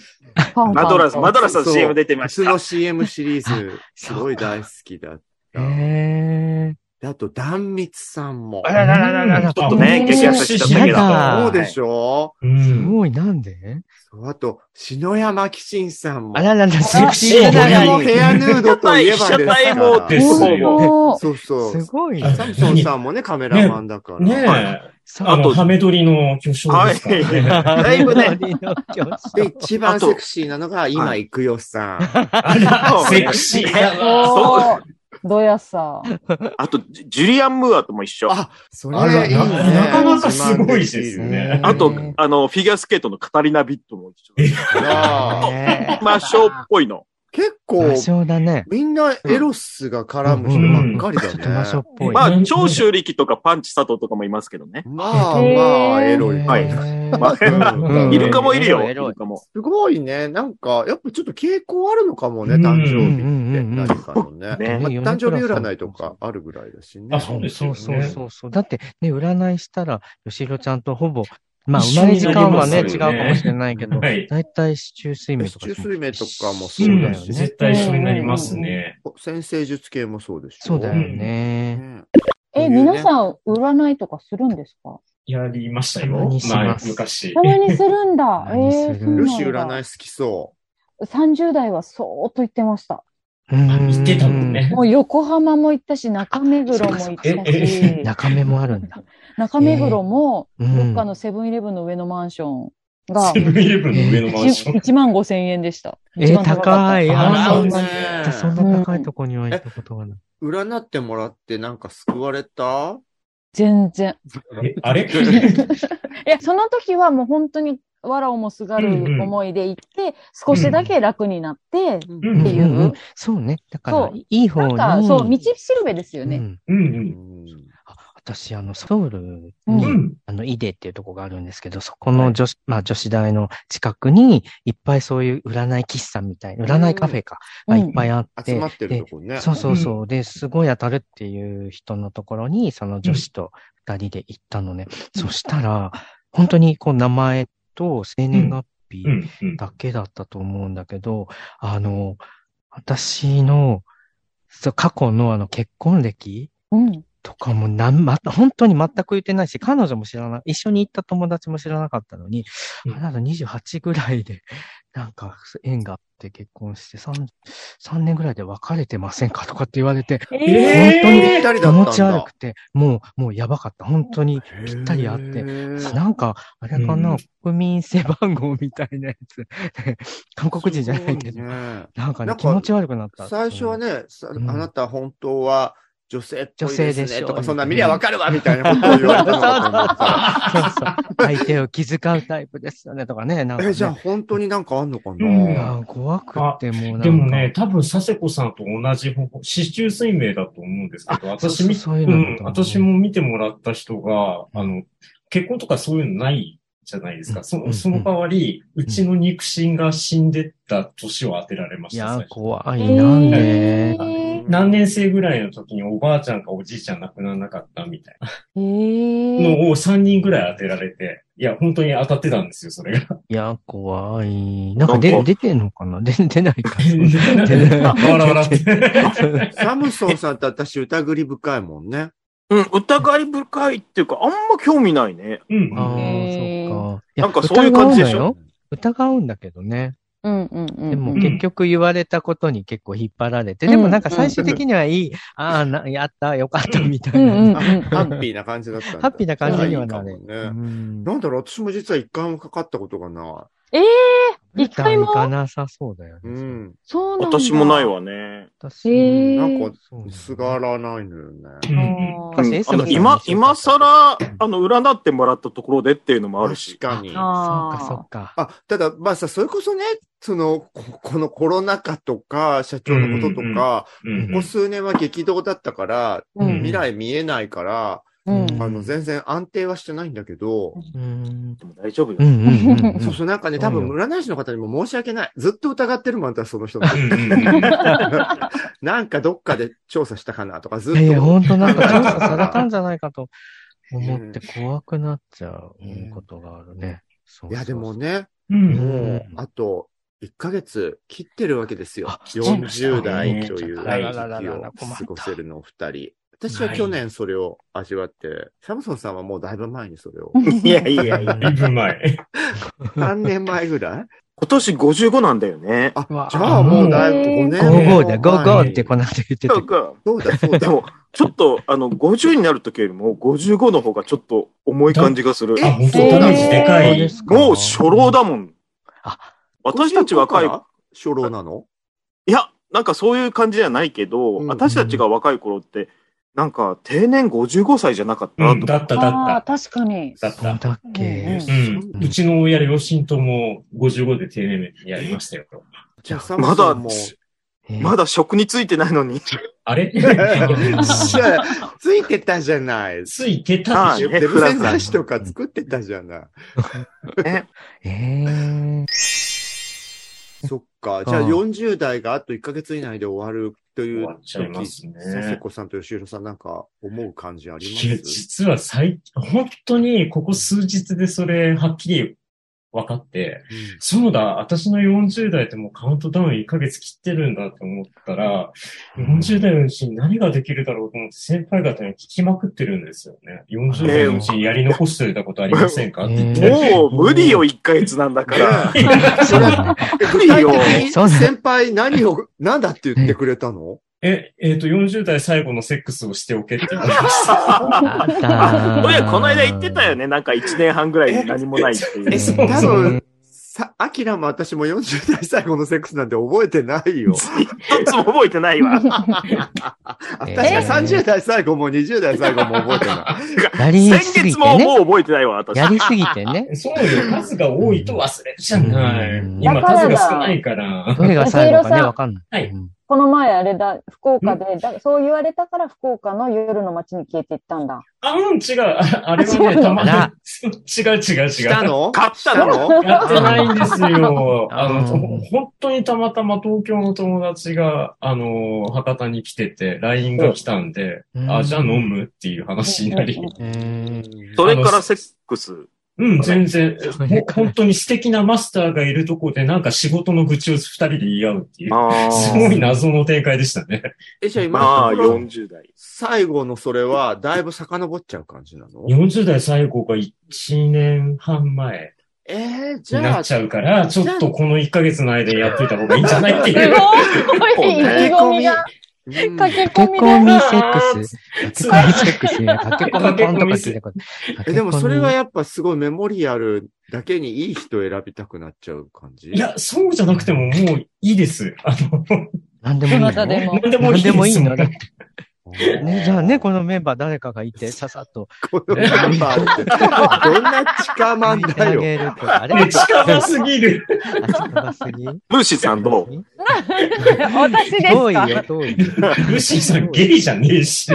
Speaker 4: マドラス、マドラス
Speaker 3: そ
Speaker 4: の
Speaker 3: う
Speaker 4: CM 出てまし
Speaker 3: 靴の
Speaker 4: た。
Speaker 3: CM シリーズ、すごい大好きだっ
Speaker 2: え。
Speaker 3: た。
Speaker 2: へえ。
Speaker 3: であと、壇蜜さんも。
Speaker 4: あらららららら、ちょっとね、
Speaker 6: うん
Speaker 4: 激アツしちゃったけど。
Speaker 2: なんか
Speaker 3: そうでしょ
Speaker 5: う
Speaker 2: す
Speaker 5: ん。
Speaker 2: ごい、なんで
Speaker 3: そうあと、篠山紀信さんも。
Speaker 2: あららら、セクシー
Speaker 5: セクシー
Speaker 2: だ
Speaker 5: だ
Speaker 3: も
Speaker 5: よ
Speaker 2: な。
Speaker 3: ヘアヌードといえばですから。
Speaker 4: 被写体もです
Speaker 6: 本
Speaker 4: よ
Speaker 6: 当
Speaker 3: そうそ
Speaker 2: す
Speaker 3: う。
Speaker 2: ごい。
Speaker 3: サムソンさんもね、カメラマンだから。
Speaker 5: ねえ。
Speaker 2: そう
Speaker 5: あ
Speaker 4: あ
Speaker 5: の、
Speaker 4: と
Speaker 5: ハメ撮りの巨匠ですからね。
Speaker 4: だいぶね、
Speaker 3: で、一番
Speaker 4: あと
Speaker 3: セクシーなのが、今、
Speaker 4: は
Speaker 3: 行くよさん。
Speaker 4: そうね
Speaker 5: セクシーだわ。
Speaker 6: おーどやさ。
Speaker 4: あと、ジジュリアン・ムーアとも一緒。あ
Speaker 3: あ、それ
Speaker 5: あら
Speaker 3: いいね。
Speaker 5: なかなかすごいですね
Speaker 3: あ
Speaker 4: と
Speaker 3: と、、
Speaker 4: あの、フィギュアスケートのカタリナ・ビットも一緒。
Speaker 2: ね
Speaker 4: まあ、ショーっぽいの。
Speaker 3: 結
Speaker 2: え
Speaker 3: 構
Speaker 2: 魔、性だね。
Speaker 3: みんなエロスが絡む人ばっかりだ
Speaker 2: 魔性
Speaker 3: ね
Speaker 2: っ。ぽい。
Speaker 4: まあ、長州力とかパンチ佐藤とかもいますけどね。
Speaker 3: まあ
Speaker 6: へー
Speaker 3: まあ、エロい。
Speaker 4: はい
Speaker 2: まあ
Speaker 3: うん
Speaker 4: イルカもいるよ。
Speaker 2: エロい
Speaker 4: イ
Speaker 2: エロい
Speaker 4: ルカも。
Speaker 3: すごいね。なんか、やっぱちょっと傾向あるのかもね、
Speaker 5: うん
Speaker 3: 誕生
Speaker 5: う
Speaker 3: 日
Speaker 5: ん
Speaker 3: って。何かのね。
Speaker 4: ね
Speaker 3: まあ
Speaker 2: ね
Speaker 3: 誕生日占いとかあるぐらいだしね。
Speaker 5: あそうです
Speaker 2: そ
Speaker 5: よ
Speaker 2: う
Speaker 5: ね
Speaker 2: そうそうそう。だってね、占いしたら、よしひろちゃんとほぼ、まあ、
Speaker 5: 一
Speaker 2: 生
Speaker 5: 緒
Speaker 2: ま
Speaker 5: に
Speaker 2: れ時間はね、違
Speaker 5: な
Speaker 2: う
Speaker 5: り
Speaker 2: か
Speaker 5: ますよね
Speaker 2: もしれないけど、
Speaker 5: はい
Speaker 2: だいたい市中水明とか。
Speaker 3: 市中水明とかも
Speaker 5: う
Speaker 3: そうだ
Speaker 5: ん
Speaker 3: よね
Speaker 5: 絶対一緒になりますね。
Speaker 3: 先生術系もそうでしょ。
Speaker 2: そうだよ
Speaker 3: ね。
Speaker 2: ね。
Speaker 6: え、皆さん、占いとかするんですか
Speaker 5: やりました
Speaker 2: たま
Speaker 5: よ
Speaker 2: に。し
Speaker 5: まあ
Speaker 2: ま、す
Speaker 6: <laughs>
Speaker 5: 昔
Speaker 6: た。まにするんだ。
Speaker 2: た
Speaker 6: え
Speaker 2: まにする
Speaker 6: ー、そう
Speaker 3: ル
Speaker 6: な
Speaker 3: シ
Speaker 6: ん
Speaker 3: 占い
Speaker 6: だ。
Speaker 3: 好きそ
Speaker 6: 30代はそーっと行ってました。
Speaker 2: うん
Speaker 5: 行ってたもん。ね。
Speaker 6: もう横浜も行ったし、中目黒も行った
Speaker 5: あそうかそうかえ
Speaker 6: し、
Speaker 2: 中目もあるんだ。
Speaker 6: 中目黒も、
Speaker 2: う
Speaker 6: どっ
Speaker 2: ん
Speaker 6: か。のセブンイレブンの上のマンションが
Speaker 5: セ、ブンイレブンの上のマンショ
Speaker 6: <laughs>
Speaker 5: ン。
Speaker 6: 1万5千円でした。一
Speaker 2: え、
Speaker 6: 番かった
Speaker 2: 高い。
Speaker 5: あ
Speaker 2: あ、
Speaker 5: そ
Speaker 2: そ
Speaker 5: うんだ
Speaker 2: な
Speaker 5: ね、
Speaker 2: そんな高いとこには行ったことがない。
Speaker 3: う。占ってもらってなんか救われた
Speaker 6: 全然。
Speaker 5: えあれ
Speaker 6: いや、その時はもう本当に、藁をもすがる思いで行って、少しだけ楽になって、
Speaker 3: う
Speaker 5: うんん
Speaker 6: っていう
Speaker 2: そうね。だか
Speaker 6: そ
Speaker 2: ら
Speaker 6: う、
Speaker 2: いい方に。
Speaker 6: なんか、そう、道しるべですよ
Speaker 2: う
Speaker 6: ね。
Speaker 2: ん
Speaker 5: うんうん。
Speaker 2: あ私、あの、ソウル
Speaker 6: う
Speaker 5: う
Speaker 2: に、
Speaker 5: ん。
Speaker 2: あの、イデっていうとこがあるんですけど、そこの女子、まあ女子大の近くに、いっぱいそういう占い喫茶みたいな、占いカフェか、が
Speaker 6: う
Speaker 2: い
Speaker 6: ん
Speaker 2: っぱいあっ
Speaker 3: 集
Speaker 2: て
Speaker 3: ま、ってるとこね。
Speaker 2: そうそうそう。で、すごい当たるっていう人のところに、その女子と二人で行ったのね。
Speaker 6: うん
Speaker 2: そしたら、本当にこう名前と生年月日
Speaker 5: うんうん。
Speaker 2: だけだったと思うんだけど、あの、私の、そう過去のあの結婚歴
Speaker 6: うん。
Speaker 2: とかもなん、ま、本当に全く言ってないし、彼女も知らない、一緒に行った友達も知らなかったのに、
Speaker 5: うん
Speaker 2: あなた28ぐらいで、なんか縁があって結婚して3、3年ぐらいで別れてませんかとかって言われて、
Speaker 5: え
Speaker 2: 本当に
Speaker 3: ぴった
Speaker 2: 気
Speaker 3: りだったん
Speaker 2: 持
Speaker 3: だ。
Speaker 2: ち悪くて、もう、もうやばかった。本当にぴったりあっ
Speaker 3: へ
Speaker 2: て。
Speaker 3: ー
Speaker 2: なんか、あれかな、
Speaker 5: うん
Speaker 2: 国民性番号みたいなやつ。 <laughs> 韓国人じゃないけ
Speaker 3: す
Speaker 2: ど。
Speaker 3: ごね
Speaker 2: なんかね
Speaker 3: なん、か
Speaker 2: 気持ち悪くなった。
Speaker 3: 最初はね、さあ
Speaker 2: うん
Speaker 3: なた本当は女性っぽい
Speaker 2: 女性
Speaker 3: で
Speaker 2: ですし
Speaker 3: ね
Speaker 2: ょ
Speaker 3: とか、そんな見りゃわかるわみたいなことを言われたのかと思ったら
Speaker 2: そう
Speaker 3: <laughs>
Speaker 2: そう。相手を気遣うタイプですよね、とかね。なんか、ね、
Speaker 3: え、じゃあ本当になんかあんのか
Speaker 5: う
Speaker 2: い
Speaker 5: ん
Speaker 3: な
Speaker 2: や怖くって、もうなんか。
Speaker 5: でもね、多分、佐世子さんと同じ方向、市中水明だと思うんですけど、
Speaker 2: そう
Speaker 5: 私
Speaker 2: そう
Speaker 5: み、
Speaker 2: そういう
Speaker 5: う
Speaker 2: の
Speaker 5: ん
Speaker 2: だ、と思う
Speaker 5: 私も見てもらった人が、あの、結婚とかそういうのないじゃないです
Speaker 2: う
Speaker 5: か。
Speaker 2: ん
Speaker 5: そ
Speaker 2: うん
Speaker 5: その代わり、うちの肉親が死んでった年を当てられま
Speaker 2: い
Speaker 5: した。
Speaker 2: や
Speaker 5: 最、初
Speaker 2: 怖い。なんで
Speaker 6: えー
Speaker 5: 何年生ぐらいの時におばあちゃんかおじいちゃん亡くならなかったみたい
Speaker 6: え
Speaker 5: な
Speaker 6: ー
Speaker 5: のを3人ぐらい当てられて、いや、本当に当たってたんですよ、そ
Speaker 2: <laughs>
Speaker 5: れが。
Speaker 2: いや、怖い。なんか出
Speaker 4: なんか
Speaker 2: 出てんのかな <laughs> 出出ない
Speaker 5: <laughs>
Speaker 2: か。
Speaker 5: わらわらって。
Speaker 2: <laughs>
Speaker 5: <laughs>
Speaker 3: サムソンさんって私疑り深いもんね。
Speaker 4: うん、疑り深いっていうか、あんま興味ないね。
Speaker 5: うん
Speaker 2: ああ、
Speaker 6: へー
Speaker 2: そっか。
Speaker 4: なんかそういう感じでし
Speaker 2: 疑うの
Speaker 4: ょ
Speaker 2: よ疑うんだけどね。
Speaker 6: うんうんうん。
Speaker 2: でも
Speaker 5: ん
Speaker 2: 結局言われたことに結構引っ張られて、
Speaker 6: うん
Speaker 2: でもなんか最終的にはいい、ああ、なやった、よかった、みたい
Speaker 6: うん
Speaker 2: な。
Speaker 6: うんうん。
Speaker 3: あハッピーな感じだったんだ。
Speaker 2: ハッピーな感じには
Speaker 3: じゃ
Speaker 2: な
Speaker 3: あいい
Speaker 2: る。
Speaker 3: か
Speaker 2: う
Speaker 3: もね。
Speaker 2: ん
Speaker 3: なんだろう、私も実は一回もかかったことがな
Speaker 6: えー、一回
Speaker 2: 普段行か
Speaker 6: も
Speaker 2: なさそうだよね。
Speaker 3: い。うん。
Speaker 6: そうなんだ。
Speaker 4: 私もない。わね。
Speaker 2: 私
Speaker 6: え
Speaker 3: なん
Speaker 6: ー
Speaker 3: か、すがらないのよね。
Speaker 5: うん
Speaker 2: う
Speaker 4: うんん
Speaker 2: エス
Speaker 4: あ
Speaker 2: テの
Speaker 4: の
Speaker 2: 先生
Speaker 4: 今、今更、あの、占ってもらったところでっていうのもある
Speaker 3: 確
Speaker 4: し。
Speaker 3: かに。
Speaker 2: そうか、そ
Speaker 6: あ
Speaker 2: うか。
Speaker 3: あ、ただ、まあさ、それこそね、その、ここのコロナ禍とか、社長のことと
Speaker 5: うんうんうん
Speaker 3: か、
Speaker 5: うん
Speaker 3: ここ数年は激動だったから、
Speaker 6: うん
Speaker 3: 未来見えないから、
Speaker 6: あ。うん。
Speaker 2: うん
Speaker 3: あの、全然安定はしてないんだけど、
Speaker 2: うん。
Speaker 4: でも大丈夫よ
Speaker 2: うんう。
Speaker 4: <laughs>
Speaker 2: んうんうん。
Speaker 3: そうそう、なんかね、多分
Speaker 2: そ
Speaker 3: 占い師の方にも申し訳ない。ずっと疑ってるもん、私そ
Speaker 2: <laughs>
Speaker 3: の人の。
Speaker 5: うんうんうん
Speaker 3: <laughs> なんかどっかで調査したかなとか、ずっ
Speaker 2: いやいや、
Speaker 3: と。
Speaker 2: 本当なんか調査されたんじゃないかと思って怖くなっちゃう
Speaker 3: うん
Speaker 2: ことがあるね。そうそうそう
Speaker 3: いや、でも。ね、
Speaker 5: うん
Speaker 3: もう
Speaker 2: う、ん
Speaker 3: あと、1ヶ月切ってるわけですよ。
Speaker 2: あ切っちゃいました
Speaker 3: 40代という
Speaker 2: あらららら
Speaker 3: 時期を過ごせるのお二人。私は去年それを味わって、サムソンさんはもうだいぶ前にそれを。
Speaker 5: いやいやいや、だいぶ前。
Speaker 3: 3年前ぐらい
Speaker 4: 今年55なんだよね。
Speaker 3: あ
Speaker 2: うわ、
Speaker 3: じゃあもうだいぶ5年
Speaker 2: ゴーゴーだ、ゴーゴ
Speaker 3: はい
Speaker 2: ーってこの後言ってた
Speaker 4: だ。から
Speaker 3: そうだそう
Speaker 4: で
Speaker 3: だ。
Speaker 4: も、ちょっと、あの、50になる時よりも、55の方がちょっと重い感じがする。
Speaker 5: あ、本当
Speaker 6: えー
Speaker 5: ダメージでか
Speaker 2: そう
Speaker 5: い。
Speaker 2: ですか
Speaker 4: もう初老だもん。
Speaker 2: あ
Speaker 4: <laughs> 私たち若い、い
Speaker 3: 初老なの
Speaker 4: や、なんかそういう感じじゃないけど、
Speaker 3: うんうん
Speaker 4: 私たちが若い頃って、なんか定年55歳じゃなかった
Speaker 5: う、
Speaker 4: なんと
Speaker 5: だっただ
Speaker 6: ああ、
Speaker 5: っ
Speaker 6: 確かに。
Speaker 5: た。だ
Speaker 2: そう
Speaker 5: っ
Speaker 2: だ
Speaker 5: た。
Speaker 2: っけ。
Speaker 3: そ
Speaker 5: うんん。うちの親、両親とも55で定年やりましたよ。
Speaker 3: じゃあサム
Speaker 4: ま
Speaker 3: ソ
Speaker 4: だ
Speaker 3: ンも。、
Speaker 4: まだ職についてないのに。
Speaker 5: あれ
Speaker 3: じゃあついてたじゃない。
Speaker 5: ついてたでしょ
Speaker 4: はい
Speaker 3: デブ戦雑誌とか作ってたじゃない。
Speaker 2: えー
Speaker 3: そっか。じゃあ40代があと1ヶ月以内で終わるという時。
Speaker 5: 終わっちゃいますね
Speaker 3: 佐世子さんと吉弘さんなんか思う感じあり
Speaker 5: い
Speaker 3: ま
Speaker 5: や
Speaker 3: す
Speaker 5: 実は最、本当にここ数日でそれはっきり分かって、そうだ、私の40代ってもうカウントダウン1ヶ月切ってるんだと思ったら、40代のうちに何ができるだろうと思って先輩方に聞きまくってるんですよね。40代のうちにやり残しておいたことありませんかって言って。
Speaker 4: もう無理よ、1ヶ月なんだから。
Speaker 3: それ具体的に
Speaker 2: そうだ
Speaker 3: 先輩何を、何だって言ってくれたの
Speaker 5: え、えっ、と、40代最後のセックスをしておけって言ってました。
Speaker 2: あ <laughs> ったー
Speaker 4: そういや、この間言ってたよね。なんか1年半ぐらい何もないっていう。
Speaker 5: えそう
Speaker 3: 多分、さ、アキラも私も40代最後のセックスなんて覚えてないよ。
Speaker 4: 一つも覚えてないわ。
Speaker 3: 私は30代最後も20代最後も覚えてない。
Speaker 2: やりす
Speaker 4: 先月
Speaker 2: ぎて
Speaker 4: も
Speaker 2: ね。
Speaker 4: もう覚えてないわ、私。
Speaker 2: やりすぎてね。
Speaker 5: <laughs> そうよ、数が多いと忘れるじゃない。
Speaker 2: うん
Speaker 5: 今数が少ないから。
Speaker 2: どれが最後かね、わかんない。
Speaker 5: はい
Speaker 2: うん
Speaker 6: この前あれだ、福岡で、だそう言われたから福岡の夜の街に消えていったんだ。
Speaker 5: あ、うん、違う。ああれは
Speaker 6: あ違う
Speaker 5: ね、たまに <laughs>
Speaker 2: あ。
Speaker 5: 違う違う違
Speaker 3: し
Speaker 5: う。
Speaker 3: たの
Speaker 4: 買った
Speaker 3: し
Speaker 4: の
Speaker 3: たの
Speaker 5: やってないんですよ。
Speaker 2: あ
Speaker 5: あ
Speaker 2: ー
Speaker 5: の、ほ本当にたまたま東京の友達が、あの、博多に来てて、LINE が来たんで、
Speaker 2: うん
Speaker 5: あ、じゃあ飲むっていう話になり
Speaker 6: うん。うん
Speaker 4: それからセックス。
Speaker 5: うん、全然
Speaker 2: それ、から
Speaker 5: ほ本当に素敵なマスターがいるとこで、なんか仕事の愚痴を二人で言い合うっていう。
Speaker 4: ああ。
Speaker 5: すごい謎の展開でしたね。
Speaker 3: <laughs> え、じゃあ今
Speaker 4: まあ、
Speaker 3: のところ、
Speaker 4: 40代。
Speaker 3: 最後のそれは、だいぶ遡っちゃう感じなの
Speaker 5: 40代最後が1年半前
Speaker 3: えー、じ
Speaker 5: に
Speaker 3: ゃ
Speaker 5: な
Speaker 3: あ
Speaker 5: っ、ちゃうから、ちょっとこの1ヶ月の間やってた方がいいんじゃないって
Speaker 6: す
Speaker 5: いう。
Speaker 6: ごい、意気込みが、
Speaker 3: うん
Speaker 6: 駆け
Speaker 2: 駆け
Speaker 6: 込
Speaker 2: 込
Speaker 6: み
Speaker 2: み
Speaker 6: が。
Speaker 2: セックス。駆け込みセックスね。駆け込みコンとか聞いたこと。
Speaker 3: え、でもそれはやっぱすごいメモリアルだけにいい人選びたくなっちゃう感じ
Speaker 5: いや、そうじゃなくてももういいです。あの、
Speaker 2: なんでもい
Speaker 6: ど
Speaker 2: い
Speaker 6: なた
Speaker 2: の
Speaker 6: でも。
Speaker 5: 何でもいい
Speaker 2: 何でもいいの
Speaker 5: だ
Speaker 2: ね <laughs> ね、じゃあね、このメンバー誰かがいて、ささっと。
Speaker 3: このメンバーって。どんな近マンだ
Speaker 2: あ
Speaker 3: よ。
Speaker 2: げるとか。あれ
Speaker 5: ね、近場すぎ
Speaker 2: <laughs>
Speaker 5: る。
Speaker 2: あ近場すぎ
Speaker 4: ルーシーさんどう
Speaker 6: 私です
Speaker 2: 遠い
Speaker 6: か
Speaker 2: よ、遠い。
Speaker 5: ルシーさんゲイじゃねえし。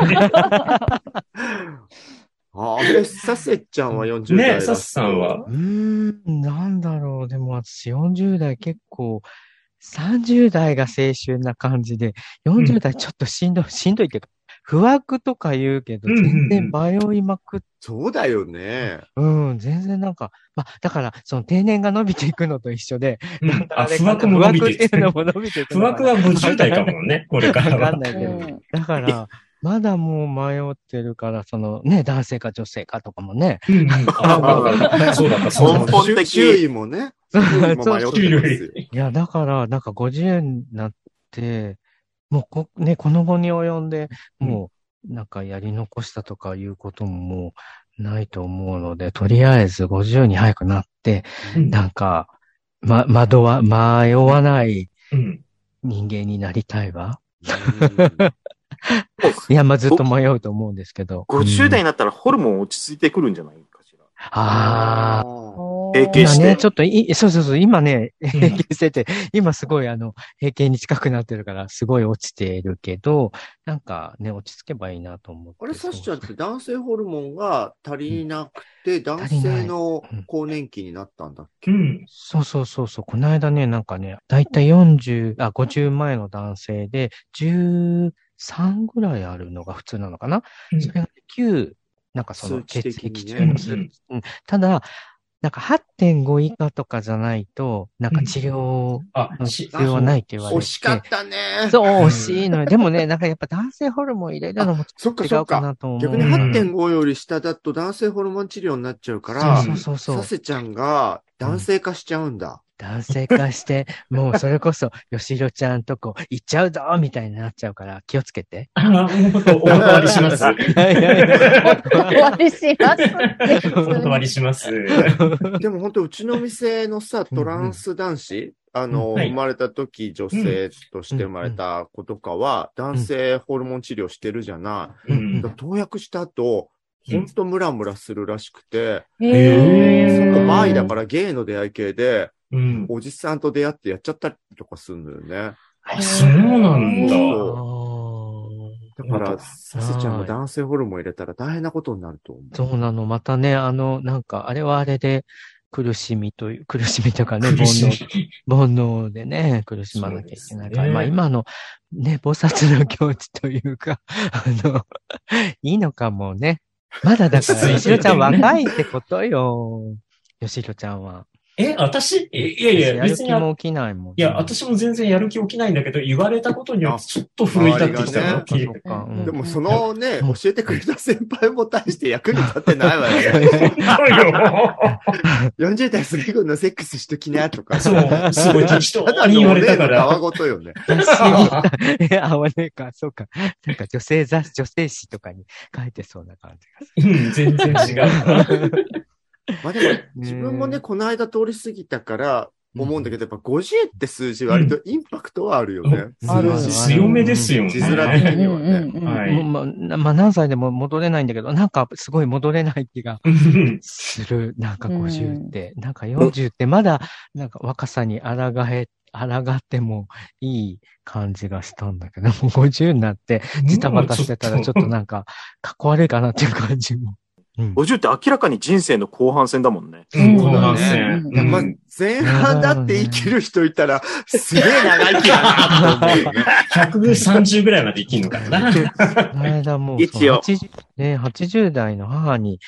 Speaker 3: ああれ、サセちゃんは40代だ。
Speaker 5: ね、サスさんは。
Speaker 2: うーん、なんだろう。でも私40代結構、30代が青春な感じで、40代ちょっとしんどい、しんどいっていうか、不惑とか言うけど、
Speaker 5: うんうんうん
Speaker 2: 全然迷いまくっ
Speaker 3: そうだよね。
Speaker 2: うん、全然なんか、まあ、だから、その定年が伸びていくのと一緒で、
Speaker 5: うん、あ、
Speaker 2: あれ
Speaker 5: 不惑も伸びて
Speaker 2: 不惑っ
Speaker 5: き
Speaker 2: て
Speaker 5: て
Speaker 2: いうの
Speaker 5: る。
Speaker 2: も伸びていく
Speaker 5: 不
Speaker 2: のかな
Speaker 5: 惑は50代かもね、これから
Speaker 2: わか
Speaker 5: は
Speaker 2: ん。ないけ
Speaker 6: う
Speaker 2: ど。
Speaker 6: ん
Speaker 2: だから、まだもう迷ってるから、そのね、男性か女性かとかもね。
Speaker 5: うんうんあそうだった、そうだ
Speaker 4: 根
Speaker 5: った。
Speaker 4: 本的
Speaker 3: 周囲もね。周囲
Speaker 2: <laughs>
Speaker 3: も迷ってますよ。
Speaker 2: いや、だから、なんか50になって、もうこ、ね、この後に及んで、もう、なんかやり残したとかいうことももうないと思うので、とりあえず50に早くなって、
Speaker 4: <laughs>
Speaker 5: うん
Speaker 2: なんか、ま、惑わ、迷わない
Speaker 5: うん
Speaker 2: 人間になりたいわ。
Speaker 3: うん
Speaker 2: いや、まあ、ずっと迷うと思うんですけど。
Speaker 4: 50代になったらホルモン落ち着いてくるんじゃないかしら。
Speaker 2: ああ。
Speaker 4: 閉経
Speaker 2: 今
Speaker 4: して
Speaker 2: ね、ちょっとい、そうそうそう、今ね、
Speaker 5: ん
Speaker 2: 閉経してて、今すごいあの、閉経に近くなってるから、すごい落ちているけど、なんかね、落ち着けばいいなと思って。
Speaker 3: あれ、サスちゃんっ
Speaker 2: そう
Speaker 3: て男性ホルモンが足りなくて、男性の更年期になったんだっ
Speaker 5: うん。
Speaker 2: そうそうそうそう、この間ね、なんかね、だいたい40、あ、50前の男性で、13ぐらいあるのが普通なのかな、
Speaker 5: うん
Speaker 2: それが9、なんかその
Speaker 3: 数値
Speaker 2: 血
Speaker 3: 的にね
Speaker 2: 液中の数値、うんただ、なんか8.5以下とかじゃないと、なんか治療
Speaker 5: あ、
Speaker 2: の
Speaker 5: し
Speaker 2: 必要はないって言われ
Speaker 3: 惜
Speaker 2: て。
Speaker 3: しかったね。
Speaker 2: そう、惜しいのよ。でもね、なんかやっぱ男性ホルモン入れるのもち
Speaker 3: そ
Speaker 2: ょ
Speaker 3: っ
Speaker 2: っ
Speaker 3: か
Speaker 2: と違
Speaker 3: そっ
Speaker 2: うか
Speaker 3: か。
Speaker 2: なと思う。
Speaker 3: 逆に
Speaker 5: うん
Speaker 3: 8.5より下だと男性ホルモン治療になっちゃうから、
Speaker 2: そうそうそうそ
Speaker 3: サ
Speaker 2: う。
Speaker 3: セちゃんが男性化しちゃうんだ。
Speaker 2: 男性化して、もうそれこそ、よしろちゃんとこ行っちゃうぞみたいになっちゃうから、気をつけ
Speaker 3: <laughs>
Speaker 2: て。
Speaker 5: あ、もう本当お断り
Speaker 2: <laughs>
Speaker 5: します。
Speaker 2: はいはい <laughs> はい
Speaker 6: お断りします
Speaker 5: <laughs>
Speaker 6: って。
Speaker 5: お断りします。う
Speaker 3: でも本当、うちの店のさ、トランス男子、あの、
Speaker 5: はい
Speaker 3: 生まれた時女性として生まれた子とかは、男性ホルモン治療してるじゃない。
Speaker 5: ん
Speaker 3: だから投薬した後、
Speaker 5: うん
Speaker 3: ほんとムラムラするらしくて、
Speaker 5: へー
Speaker 3: そこ前だ
Speaker 6: ら
Speaker 3: からゲイの出会い系で、
Speaker 5: うん。
Speaker 3: おじさんと出会ってやっちゃったりとかするのよね。
Speaker 5: あ、そうなんだ。
Speaker 3: そう
Speaker 2: おー
Speaker 3: だから、サセちゃん
Speaker 2: は
Speaker 3: も
Speaker 2: い
Speaker 3: 男性ホルモン入れたら大変なことになると思う。
Speaker 2: そうなの。またね、あの、なんか、あれはあれで、苦しみという、 <laughs> 苦しみというかね、煩
Speaker 5: 苦し
Speaker 2: 悩、
Speaker 5: い
Speaker 2: 煩悩でね、苦しまなきゃいけないから、
Speaker 5: そうですね
Speaker 2: まあ今の、ね、菩薩の境地というか、 <laughs> あの、いいのかもね。まだだから、
Speaker 5: 落 <laughs>
Speaker 2: よ
Speaker 5: ち
Speaker 2: し
Speaker 5: 着
Speaker 2: ろ
Speaker 5: いてるね
Speaker 2: ちゃん若いってことよ。よしろちゃんは。
Speaker 5: え、私えいやいや、
Speaker 2: やる
Speaker 5: 別に
Speaker 2: 気
Speaker 5: あ
Speaker 2: も起きないもん、
Speaker 5: いや、私も全然やる気起きないんだけど、言われたことによってちょっと奮い立ってきた
Speaker 3: あ
Speaker 5: な
Speaker 2: そ
Speaker 5: っ
Speaker 2: う
Speaker 5: て
Speaker 2: か、
Speaker 5: い
Speaker 2: そうう。か。う
Speaker 6: うん
Speaker 2: ん <laughs>
Speaker 3: でもそのね、
Speaker 2: うん
Speaker 3: 教えてくれた先輩も大して役に立ってないわ <laughs> よね。
Speaker 5: そうよ。
Speaker 3: 40代過ぎ後のセックスしときなとか。
Speaker 5: そう、すごい適当
Speaker 3: ただ
Speaker 5: に
Speaker 3: の
Speaker 5: 言わ
Speaker 3: 俺
Speaker 5: れ
Speaker 3: の
Speaker 5: たか
Speaker 3: <laughs>
Speaker 5: ら。
Speaker 3: 皮ごとよね。
Speaker 2: え、合わねえか、そうか。なんか女性雑誌、女性誌とかに書いてそうな感じがす
Speaker 5: うん、全然 <laughs> 違う。
Speaker 3: まあでも、自分もね、この間通り過過ぎたから
Speaker 2: る。
Speaker 3: 思うんだけど、やっぱ50って数字割とインパクトはあるよね。
Speaker 2: あるある
Speaker 5: 強めですよね。
Speaker 3: 字面的にはね。
Speaker 5: は
Speaker 2: もうまあ、
Speaker 5: い。
Speaker 2: なまあ、何歳でも戻れないんだけど、なんかすごい戻れない気が
Speaker 5: うん
Speaker 2: する。なんか
Speaker 6: うん
Speaker 2: 50って、なんか40ってまだ、なんか若さに抗え、抗ってもいい感じがしたんだけど、もう50になって、ジタバタしてたらちょっとなんか、かっこ悪いかなっていう感じも。うん
Speaker 4: 50って明らかに人生の後半戦だもんね。
Speaker 5: うん後半戦。
Speaker 6: うん
Speaker 5: う
Speaker 3: まあ
Speaker 5: ん、
Speaker 3: 前半だって生きる人いたら、すげえ長生きだなって思うよね。
Speaker 5: 130ぐらいまで生きるのか
Speaker 2: <laughs>
Speaker 5: な。
Speaker 2: この間もう、そう
Speaker 4: 一応
Speaker 2: 80ね、80代の母に、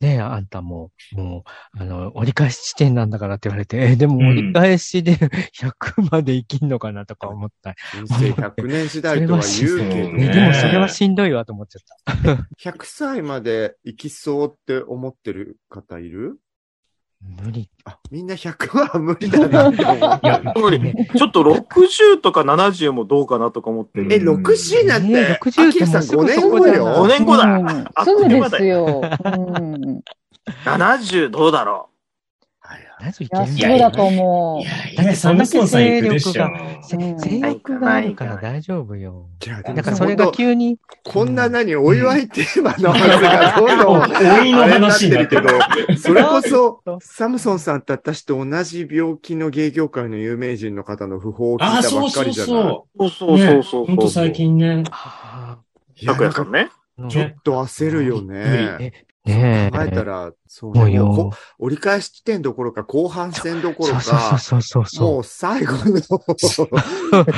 Speaker 2: ねあんたもう、もう、あの、折り返し地点なんだからって言われて、え、でも
Speaker 5: うん
Speaker 2: 折り返しで100まで生きんのかなとか思ったり。
Speaker 3: 人生100年時代とは言うけど
Speaker 5: ね
Speaker 2: ね、
Speaker 3: ね。
Speaker 2: でもそれはしんどいわと思っちゃった。
Speaker 3: 100歳まで生きそうって思ってる方いる
Speaker 2: 無理。
Speaker 3: あ、みんな100は無理だなって思う。
Speaker 5: いや、
Speaker 4: ちょっと60とか70もどうかなとか思って
Speaker 3: え、
Speaker 4: る。
Speaker 3: 60なん
Speaker 2: ね
Speaker 3: て、
Speaker 2: 60
Speaker 3: アキラさん
Speaker 2: っても
Speaker 3: 5
Speaker 2: うすぐ
Speaker 3: 年
Speaker 2: そこ
Speaker 3: 後
Speaker 2: だな
Speaker 3: よ
Speaker 4: 5。年後だ。
Speaker 6: うん
Speaker 4: あっ
Speaker 6: す
Speaker 4: と
Speaker 6: ぐ
Speaker 4: いう
Speaker 6: で
Speaker 4: 間だ
Speaker 6: すよ。うん。
Speaker 4: 70どうだろ
Speaker 2: なぜいけるん
Speaker 6: い
Speaker 2: だ
Speaker 6: や、
Speaker 2: ろ
Speaker 6: そうう
Speaker 2: ね
Speaker 6: だと思う。
Speaker 5: いやいや、そんなことさん行くでしょ。
Speaker 2: せ
Speaker 6: うん
Speaker 2: 性欲があるから大丈夫よ。
Speaker 3: いや
Speaker 2: な
Speaker 3: でも
Speaker 2: んかそれが急に、
Speaker 3: こんな何、お祝いテーマの話がどんどん、あ
Speaker 5: お
Speaker 3: れに
Speaker 5: いの
Speaker 3: なっ
Speaker 5: 話
Speaker 3: て
Speaker 5: になっ
Speaker 3: る
Speaker 5: て
Speaker 3: け
Speaker 5: る
Speaker 3: ど。、それこそ、サムソンさんと私と同じ病気の芸業界の有名人の方の訃報を聞
Speaker 5: ああ、
Speaker 3: いたば
Speaker 5: そ
Speaker 3: っ
Speaker 5: う
Speaker 3: か
Speaker 5: そ
Speaker 3: り
Speaker 5: う
Speaker 3: じゃない
Speaker 5: そう。
Speaker 4: う。そうそうそうそう。
Speaker 5: ほんと最。近ね。
Speaker 2: あ
Speaker 3: いや
Speaker 4: 拓也さんね。
Speaker 2: ー
Speaker 5: ちょ
Speaker 3: ちょ
Speaker 5: っ
Speaker 3: っと焦るよ
Speaker 2: え、
Speaker 3: ね。
Speaker 2: ね
Speaker 3: 考えた
Speaker 2: え。
Speaker 3: ら、そう
Speaker 2: もう
Speaker 3: ね、もう
Speaker 2: よ
Speaker 3: こ。折り返し地点どころか、後半戦どころ
Speaker 2: そうそう
Speaker 3: か、
Speaker 2: そうそうそう。
Speaker 3: もう最後の、ね
Speaker 2: そうだか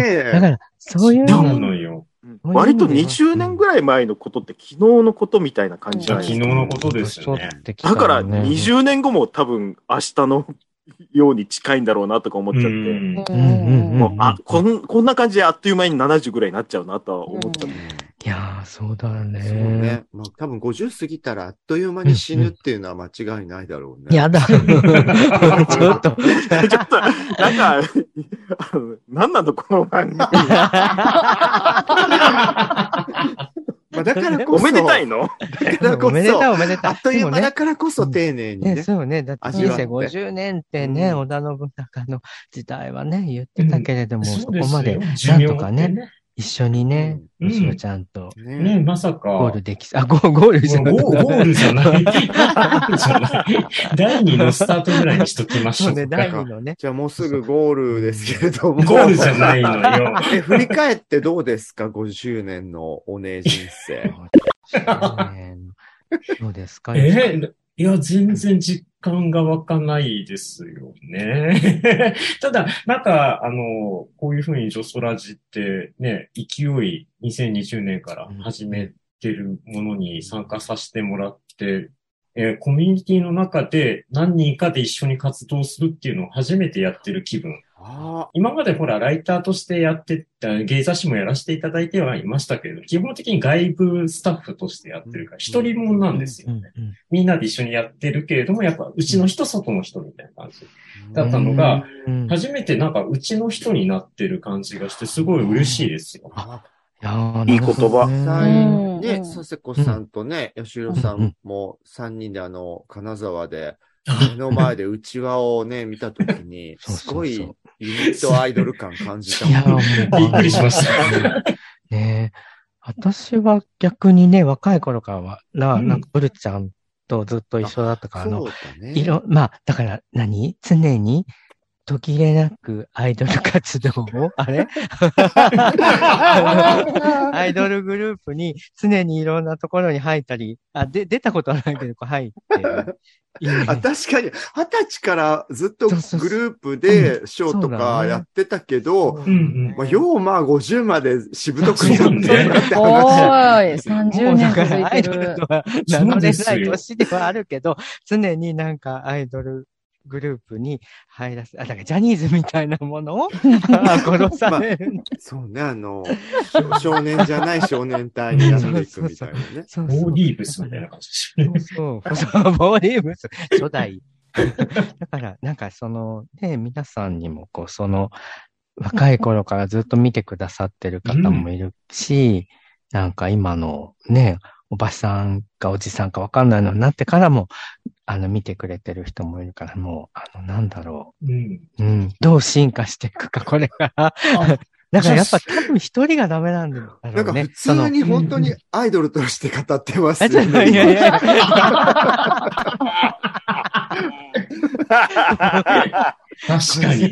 Speaker 3: え、
Speaker 2: ら、そういう
Speaker 5: ど
Speaker 2: の
Speaker 5: うなのよ。
Speaker 4: 割と20年ぐらい前のことって昨日のことみたいな感じ
Speaker 5: じゃ
Speaker 4: な
Speaker 5: あ
Speaker 4: んで
Speaker 5: 昨
Speaker 4: す
Speaker 5: 日
Speaker 4: か
Speaker 5: のことですよね。
Speaker 4: だから
Speaker 2: 20
Speaker 4: 20年後も多分明日のように近いんだろうなとか思っちゃって。
Speaker 5: うん
Speaker 6: う
Speaker 2: うん
Speaker 4: もう、あ、こん、こんな感じであっという間に70ぐらいになっちゃうなとは思った。
Speaker 2: いやー、そうだ
Speaker 3: そう
Speaker 2: ね。
Speaker 3: ね。まあ多分50過ぎたらあっという間に死ぬっていうのは間違いないだろうね。
Speaker 2: やだ。ちょっと。
Speaker 4: <laughs> ちょっと、なんか、あのなんなのこの番 <laughs> 組。
Speaker 3: まあだからこ
Speaker 4: お
Speaker 3: そ、
Speaker 4: めでたいの
Speaker 3: だからこ
Speaker 2: おめでたい、
Speaker 3: そ、
Speaker 2: おめでたい。
Speaker 3: あっという間だ
Speaker 2: ね。
Speaker 3: からこそ丁寧に
Speaker 2: ね、
Speaker 3: ね。
Speaker 2: そうね。だって人生
Speaker 3: 味わって
Speaker 2: 50年ってね、
Speaker 3: うん
Speaker 2: 織田信長の時代はね、言ってたけれども、そこまで
Speaker 5: そうすよ
Speaker 2: なんとかね
Speaker 5: 寿命って
Speaker 2: 一緒にね、
Speaker 5: うん
Speaker 2: 後ろちゃんと
Speaker 3: ね
Speaker 5: ね、まさか。
Speaker 2: ゴールでき、あ、ゴーゴールじゃな
Speaker 5: もうゴーゴ
Speaker 2: い。
Speaker 5: ールじゃない。ゴールじゃない。 <laughs> 第2のスタートぐらいにしときまし
Speaker 2: そう
Speaker 5: ょうか。
Speaker 2: ね、第二のね。
Speaker 3: じゃあもうすぐゴールですけれども。
Speaker 5: ゴールじゃないのよ。
Speaker 3: <laughs> え、振り返ってどうですか ?50 年のお姉人生。
Speaker 2: <laughs> 50年
Speaker 5: <laughs>
Speaker 2: どうですか
Speaker 5: えーいや、全然実感が湧かないですよね。 <laughs> ただ、なんか、あの、こういうふうにジョソラジってね、勢い2020年から始めてるものに参加させてもらって、えーコミュニティの中で何人かで一緒に活動するっていうのを初めてやってる気分。
Speaker 3: あ
Speaker 5: 今までほら、ライターとしてやってた、芸雑誌もやらせていただいてはいましたけれど、基本的に外部スタッフとしてやってるから、一人もんなんですよね。みんなで一緒にやってるけれども、やっぱ、うちの人、外の人みたいな感じ。だったのが、
Speaker 2: うん
Speaker 5: 初めてなんか、うちの人になってる感じがして、すごい嬉しいで
Speaker 2: <laughs>
Speaker 5: すよ。
Speaker 3: あ。
Speaker 2: やー
Speaker 4: いい言葉
Speaker 2: な
Speaker 3: は
Speaker 2: るほどね
Speaker 6: うん
Speaker 3: い。ね
Speaker 6: う、ん
Speaker 3: 佐世子さんとね、吉弘さんも3人であの、金沢で、目の前でうちわをね、見たときに、
Speaker 2: <laughs> そう
Speaker 3: す
Speaker 2: そうそう
Speaker 3: ごいユニットアイドル感感じた
Speaker 2: いや
Speaker 3: もん。
Speaker 2: ー、
Speaker 5: び
Speaker 2: もう
Speaker 5: っくりしまし
Speaker 2: <laughs> ねえ。私は逆にね、若い頃からは、な
Speaker 5: うん
Speaker 2: なんか、ブルちゃんとずっと一緒だったから、あ
Speaker 3: そ
Speaker 2: の
Speaker 3: う、だね。
Speaker 2: いろ、まあ、だから何、常に、途切れなくアイドル活動を、あ
Speaker 5: <laughs>
Speaker 2: れ <laughs> アイドルグループに常にいろんなところに入ったり、あ、で、出たことはないけど、こう入ってる。いいね <laughs>
Speaker 3: あ確かに、二十歳からずっと
Speaker 2: そうそうそう
Speaker 3: グループでショーとかやってたけど、
Speaker 5: うんうん。
Speaker 3: まあ、ようまあ50までしぶとくやってるなって
Speaker 6: お
Speaker 3: 話。
Speaker 6: ーい、30
Speaker 2: もうだ
Speaker 6: 年
Speaker 2: か
Speaker 6: 続
Speaker 2: ら
Speaker 6: い
Speaker 2: アイ
Speaker 6: て
Speaker 2: ドル
Speaker 6: る
Speaker 2: と。は名
Speaker 5: そう
Speaker 2: 乗れ
Speaker 5: で
Speaker 2: な
Speaker 5: す
Speaker 2: い
Speaker 5: よ
Speaker 2: 年ではあるけど、常になんかアイドルグループに入らせ、あ、だからジャニーズみたいなもの
Speaker 6: <laughs>
Speaker 2: をあ殺される。
Speaker 3: <laughs> そうね、あの、少少年じゃない少年隊にやっていくみたいなね。
Speaker 2: そうそ
Speaker 5: オ
Speaker 2: う
Speaker 5: ー。リーブスみたいな感じですね。
Speaker 2: そう、そう、ボーリーブス、初代。だから、なんかその、ね、皆さんにも、こう、その、若い頃からずっと見てくださってる方もいるし、なんか今のね、おばさんかおじさんかわかんないのになってからも、あの、見てくれてる人もいるから、もう、あの、なんだろ
Speaker 5: うん。
Speaker 2: う。うん。どう進化していくか、これから。だからやっぱ多分一人がダメなんだろうね。
Speaker 3: なんか普通に本当にアイドルとして語ってます
Speaker 2: あ、ちょ
Speaker 3: よ
Speaker 2: っと、いやい
Speaker 3: ね。
Speaker 2: や。
Speaker 5: 確かに。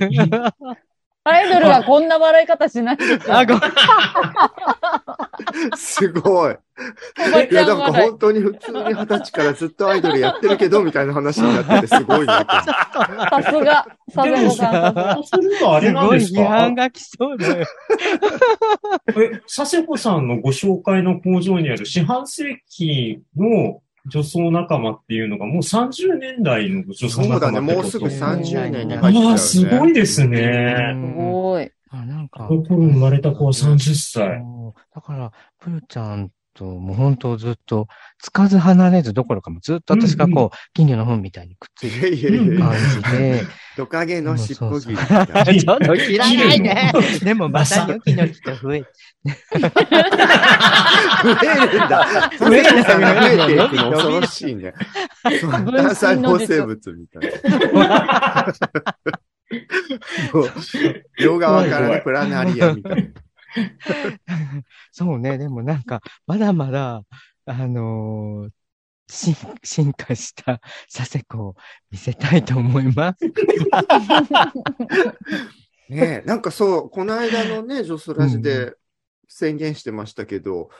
Speaker 6: アイドルはこんな笑い方しないですよ。
Speaker 2: あ、ごめん
Speaker 3: <laughs> すごい。
Speaker 6: おば
Speaker 3: い
Speaker 6: ち
Speaker 3: や、
Speaker 6: ゃ
Speaker 3: なんんか
Speaker 6: 笑い
Speaker 3: 本。当に普通に二十歳からずっとアイドルやってるけど、みたいな話になっててすごいなと思
Speaker 6: さすが、さ
Speaker 5: で
Speaker 6: す
Speaker 5: も
Speaker 6: がさん。
Speaker 5: そうするとあれ
Speaker 2: す
Speaker 5: なん
Speaker 2: ごい
Speaker 5: です
Speaker 2: 批
Speaker 5: か
Speaker 2: 判が来そうだよ。
Speaker 5: え、佐世子さんのご紹介の工場にある四半世紀の女装仲間っていうのがもう30年代の女装
Speaker 3: って。そう
Speaker 5: 仲
Speaker 3: だね、
Speaker 5: 間
Speaker 3: も
Speaker 5: ってこ
Speaker 3: う
Speaker 5: と
Speaker 3: すぐ30年に入っちゃう、ね。
Speaker 5: わあ、すごいですね。
Speaker 6: すごい。
Speaker 2: あなんか、
Speaker 5: この頃生まれた子は30歳。
Speaker 2: そうだから、プーちゃんともう本当ずっと、つかず離れずどころかもずっと私がこう、金魚の本みたいにくっつい
Speaker 3: い
Speaker 2: て
Speaker 3: やいやいや
Speaker 2: る
Speaker 3: いや
Speaker 2: 感、じで、
Speaker 3: トカゲの尻
Speaker 2: <laughs>
Speaker 3: 尾切りみたいな。
Speaker 2: ちょっと切らないで、でもまた
Speaker 5: まさ
Speaker 2: ニョキの人増えて、
Speaker 3: 増えるんだ。増えるんだ。増えていくの恐ろしいね。そう単細胞生物みたいな。もう両側からね、プラナリアみたいな。
Speaker 2: そうね、でもなんか、まだまだ、あのー進進化した佐世子を見せたいと思います。
Speaker 3: ねえ、なんかそう、この間のね、女装ラジで宣言してましたけど、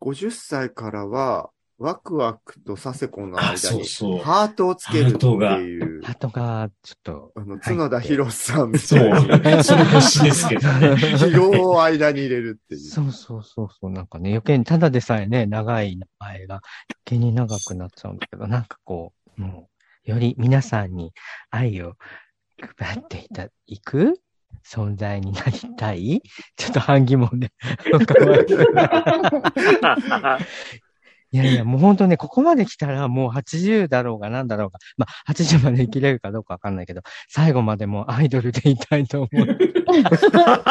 Speaker 3: 50歳からは、ワクワクとサセコの間
Speaker 5: あ、そう
Speaker 3: に、
Speaker 5: そう。
Speaker 3: ハートをつけるって
Speaker 5: ハ
Speaker 3: いう、
Speaker 2: ハトが、ちょっと、
Speaker 3: あの、角田博さんみ
Speaker 5: そ
Speaker 3: たいな、
Speaker 5: う。その年ですけどね。
Speaker 3: 疲 <laughs> 労を間に入れるっていう。
Speaker 2: そうそうそうそう、なんかね、余計に、ただでさえね、長い名前が、余計に長くなっちゃうんだけど、なんかこう、もう、より皆さんに愛を配っていた、いく存在になりたい <laughs> ちょっと半疑問で。かわいそういやいや、もう本当ね、ここまで来たらもう80だろうが何だろうが、まあ80まで生きれるかどうかわかんないけど、最後までもうアイドルでいたいと思う。 <laughs> 本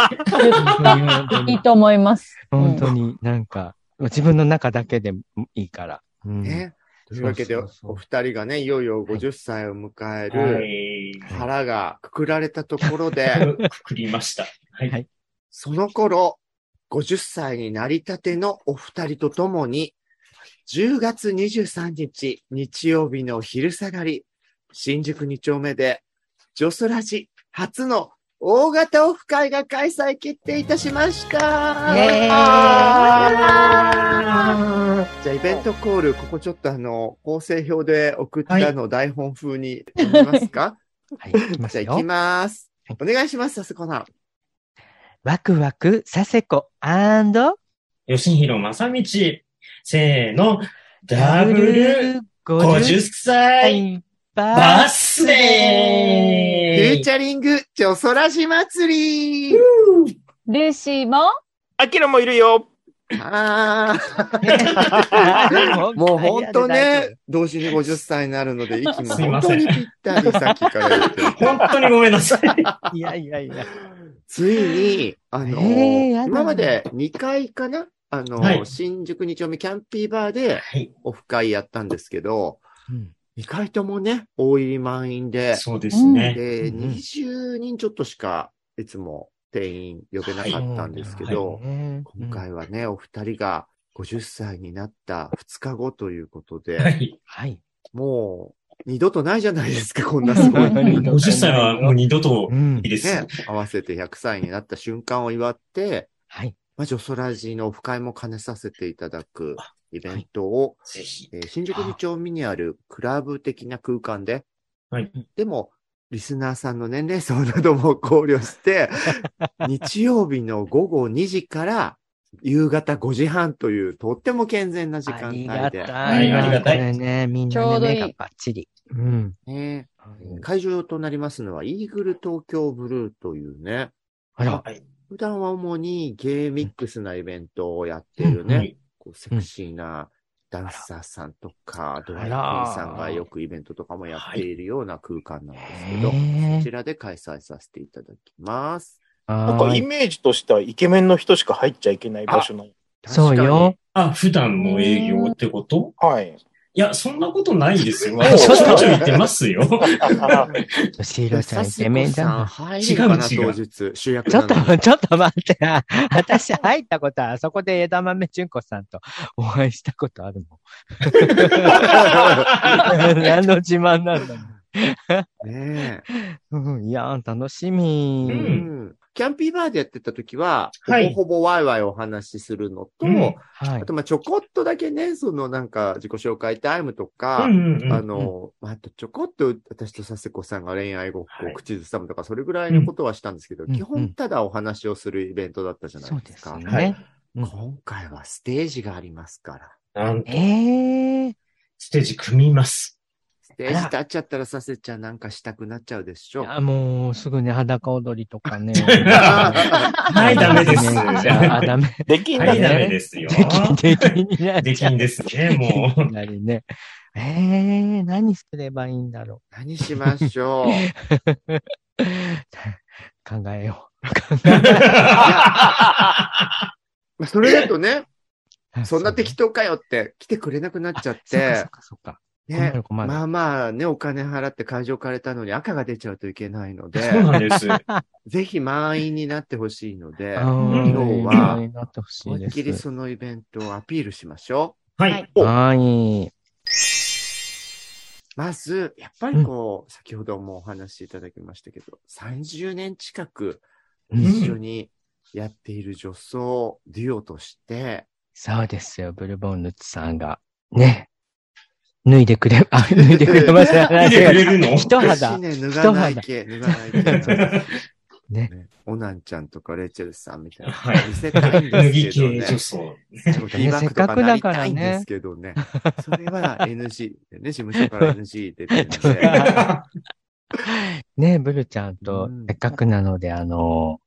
Speaker 2: 当
Speaker 6: いい
Speaker 2: に、
Speaker 6: と思います。
Speaker 2: 本当になんか、自分の中だけでもいいから。うん
Speaker 3: ね。というわけで、
Speaker 2: そうそうそう
Speaker 3: お二人がね、いよいよ50歳を迎え
Speaker 5: は
Speaker 3: る、
Speaker 5: い。
Speaker 3: 腹がくくられたところで、
Speaker 5: くくりました。は
Speaker 2: はい
Speaker 5: い。
Speaker 3: その頃、50歳になりたてのお二人とともに、10月23日日曜日の昼下がり、新宿2丁目で、ジョスラジ初の大型オフ会が開催決定いたしました。
Speaker 2: イエーイ
Speaker 3: じゃあイベントコール、ここちょっとあの、構成表で送ったのを台本風に読みますか、
Speaker 2: はい、行きます
Speaker 3: じゃあ行き
Speaker 2: よ。
Speaker 3: ます。お願いします、さすこさん。
Speaker 2: ワクワク、サセコ、アンド、
Speaker 5: 吉弘正道。せーの。ダブル50歳
Speaker 2: いっ
Speaker 5: バ
Speaker 2: ぱ
Speaker 5: ースデ
Speaker 3: フュー
Speaker 5: ー
Speaker 3: チャリング、ジョソラジ祭り
Speaker 6: ルーシーも、
Speaker 4: アキラもいるよ
Speaker 3: あ
Speaker 2: い <laughs>
Speaker 3: ーもう本当ね、同時に50歳になるので、息も本当にぴったりさっきから言ってる。
Speaker 5: <laughs> 本当にごめんなさい。
Speaker 2: いやいやいや。
Speaker 3: ついに、あの、
Speaker 2: えーやだ
Speaker 3: 今まで2回かなあの、
Speaker 5: はい
Speaker 3: 新宿2丁目キャンピーバーで
Speaker 5: はい。
Speaker 3: オフ会やったんですけど、2回ともね、大入り満員で、
Speaker 5: そうですね。
Speaker 3: で、
Speaker 2: うんうん
Speaker 3: 20人ちょっとしかいつも定員呼べなかったんですけど、今回はね、お二人が50歳になった2日後ということで、
Speaker 5: はい。
Speaker 2: はい。
Speaker 3: もう二度とないじゃないですか、こんなすごい。
Speaker 5: <laughs>
Speaker 3: ね、
Speaker 5: 50歳はもう二度と
Speaker 2: うん
Speaker 5: いい。です。
Speaker 3: 合わせて100歳になった瞬間を祝って、
Speaker 2: はい。
Speaker 3: まあ、ジョソラジのオフ会も兼ねさせていただくイベントを、
Speaker 5: ぜひ。
Speaker 3: えー新宿2丁目にあるクラブ的な空間で、
Speaker 5: はい
Speaker 3: でも、リスナーさんの年齢層なども考慮して、日曜日の午後2時から夕方5時半というとっても健全な時間
Speaker 2: あり
Speaker 3: 帯
Speaker 2: が
Speaker 3: で、
Speaker 2: たい。
Speaker 5: はいありがたい
Speaker 2: これね、みん
Speaker 6: ちょ
Speaker 2: な
Speaker 6: うど
Speaker 2: ね
Speaker 6: いい
Speaker 2: 目がバッチリ。うん。
Speaker 3: ね会場となりますのは、イーグル東京ブルーというね、
Speaker 2: あら。
Speaker 5: はい。
Speaker 3: 普段は主にゲーミックスなイベントをやっているね、
Speaker 5: はい
Speaker 3: こうセクシーなダンサーさんとか、ドライクイーンさんがよくイベントとかもやっているような空間なんですけど、
Speaker 2: へー
Speaker 3: そちらで開催させていただきます。
Speaker 4: なんかイメージとしてはイケメンの人しか入っちゃいけない場所なの。
Speaker 2: そうよ。
Speaker 5: あ、普段の営業ってこと
Speaker 4: はい。 <laughs>
Speaker 5: いや、そんなことないですよ。私ちょいちょい言ってますよ。
Speaker 2: シー
Speaker 3: 確かに。
Speaker 2: ロさんイケメンじゃん。
Speaker 3: さん入るかな、
Speaker 5: 違う
Speaker 3: 当
Speaker 5: 違う
Speaker 3: 日。主役
Speaker 2: ちょ
Speaker 3: な
Speaker 2: っ
Speaker 3: のに
Speaker 2: と、ちょっと待って。あ私入ったことは、あそこで枝豆純子さんと <laughs> お会いしたことある
Speaker 5: <laughs>
Speaker 2: もん。何の自慢なんだろ
Speaker 3: <laughs> ねえ
Speaker 2: う、うん。いやー、楽し
Speaker 5: う
Speaker 3: うん
Speaker 2: み。
Speaker 3: んキャンピーバーでやってた時は、
Speaker 5: はい
Speaker 3: ほぼほぼワイワイお話しするのと、
Speaker 5: うん
Speaker 2: は
Speaker 3: あとまあちょこっとだけね、そのなんか自己紹介タイムとか、
Speaker 5: うんうんうん
Speaker 3: あの、まああとちょこっと私と佐世子さんが恋愛ごっこ、
Speaker 5: はい
Speaker 3: 口ずさむとか、それぐらいのことはしたんですけど、
Speaker 2: うん
Speaker 3: 基本ただお話をするイベントだったじゃないですか。
Speaker 2: そうですね
Speaker 5: はい。
Speaker 2: うん
Speaker 3: 今回はステージがありますから。
Speaker 5: なんと
Speaker 2: い。ええ
Speaker 5: ステージ組みます。
Speaker 3: ステージ立っちゃったらさせちゃんなんかしたくなっちゃうでし
Speaker 2: ー。い
Speaker 3: ょ。
Speaker 2: や、もう、すぐね、裸踊りとかね。
Speaker 5: <laughs> はい、ダメです。
Speaker 2: あ、
Speaker 5: は
Speaker 2: ダメ。
Speaker 4: できんだ
Speaker 5: い、
Speaker 4: ね。
Speaker 5: ダメですよ。
Speaker 2: 出禁になっ
Speaker 5: で
Speaker 2: ち
Speaker 5: き
Speaker 2: ゃ
Speaker 5: ん
Speaker 2: う。
Speaker 5: ですね、も <laughs>
Speaker 2: いき
Speaker 5: う。
Speaker 2: なりね。ええー、何すればいいんだろ。
Speaker 3: 何しましょう。いう
Speaker 2: <laughs> 考えよ
Speaker 3: まあそれだとね、
Speaker 2: う。
Speaker 3: そんな適当かよって来てくれなくなっちゃっ
Speaker 2: あ <laughs> そ
Speaker 3: て
Speaker 2: っ、かそっかそっか。困
Speaker 3: ね
Speaker 2: る、困る。
Speaker 3: まあまあね、お金払って会場借りたのに赤が出ちゃうといけないので
Speaker 5: そ、うなんです。
Speaker 3: ぜひ満員になってほしいので、
Speaker 2: うん
Speaker 5: 今
Speaker 3: 日
Speaker 2: 勉
Speaker 3: は
Speaker 2: 強になってほし
Speaker 3: 思
Speaker 2: い
Speaker 3: いっき
Speaker 2: で
Speaker 3: り
Speaker 2: す。
Speaker 3: そのイベントをアピールしましょ
Speaker 5: はい。
Speaker 3: う。
Speaker 2: はい。
Speaker 3: まず、やっぱりこう、先ほどもお話しいただきましたけど、30年近く一緒にやっている女装デュオとして、
Speaker 2: そうですよ、ブルボンヌツさんが。ね。脱いでくれ、 <laughs> あ、脱いでくれます。
Speaker 5: 見てくれるの
Speaker 2: 一
Speaker 3: 私
Speaker 2: 肌。
Speaker 3: ね、脱がない系、脱がない系なんです
Speaker 2: ね。
Speaker 3: ね。 <laughs> オナンちゃんとかレイチェルさんみたいな。
Speaker 5: はい
Speaker 3: 見せたいん
Speaker 5: 脱
Speaker 3: で
Speaker 5: ぎ
Speaker 3: すけど
Speaker 5: 系
Speaker 3: ね。
Speaker 5: 女装。
Speaker 3: 疑惑とかなりたいんですけどね。それは NG でね、事務所から NG 出てるん
Speaker 5: <laughs>
Speaker 3: で。
Speaker 2: ね、ブルちゃんと
Speaker 3: うん、
Speaker 2: せっかくなので、あの、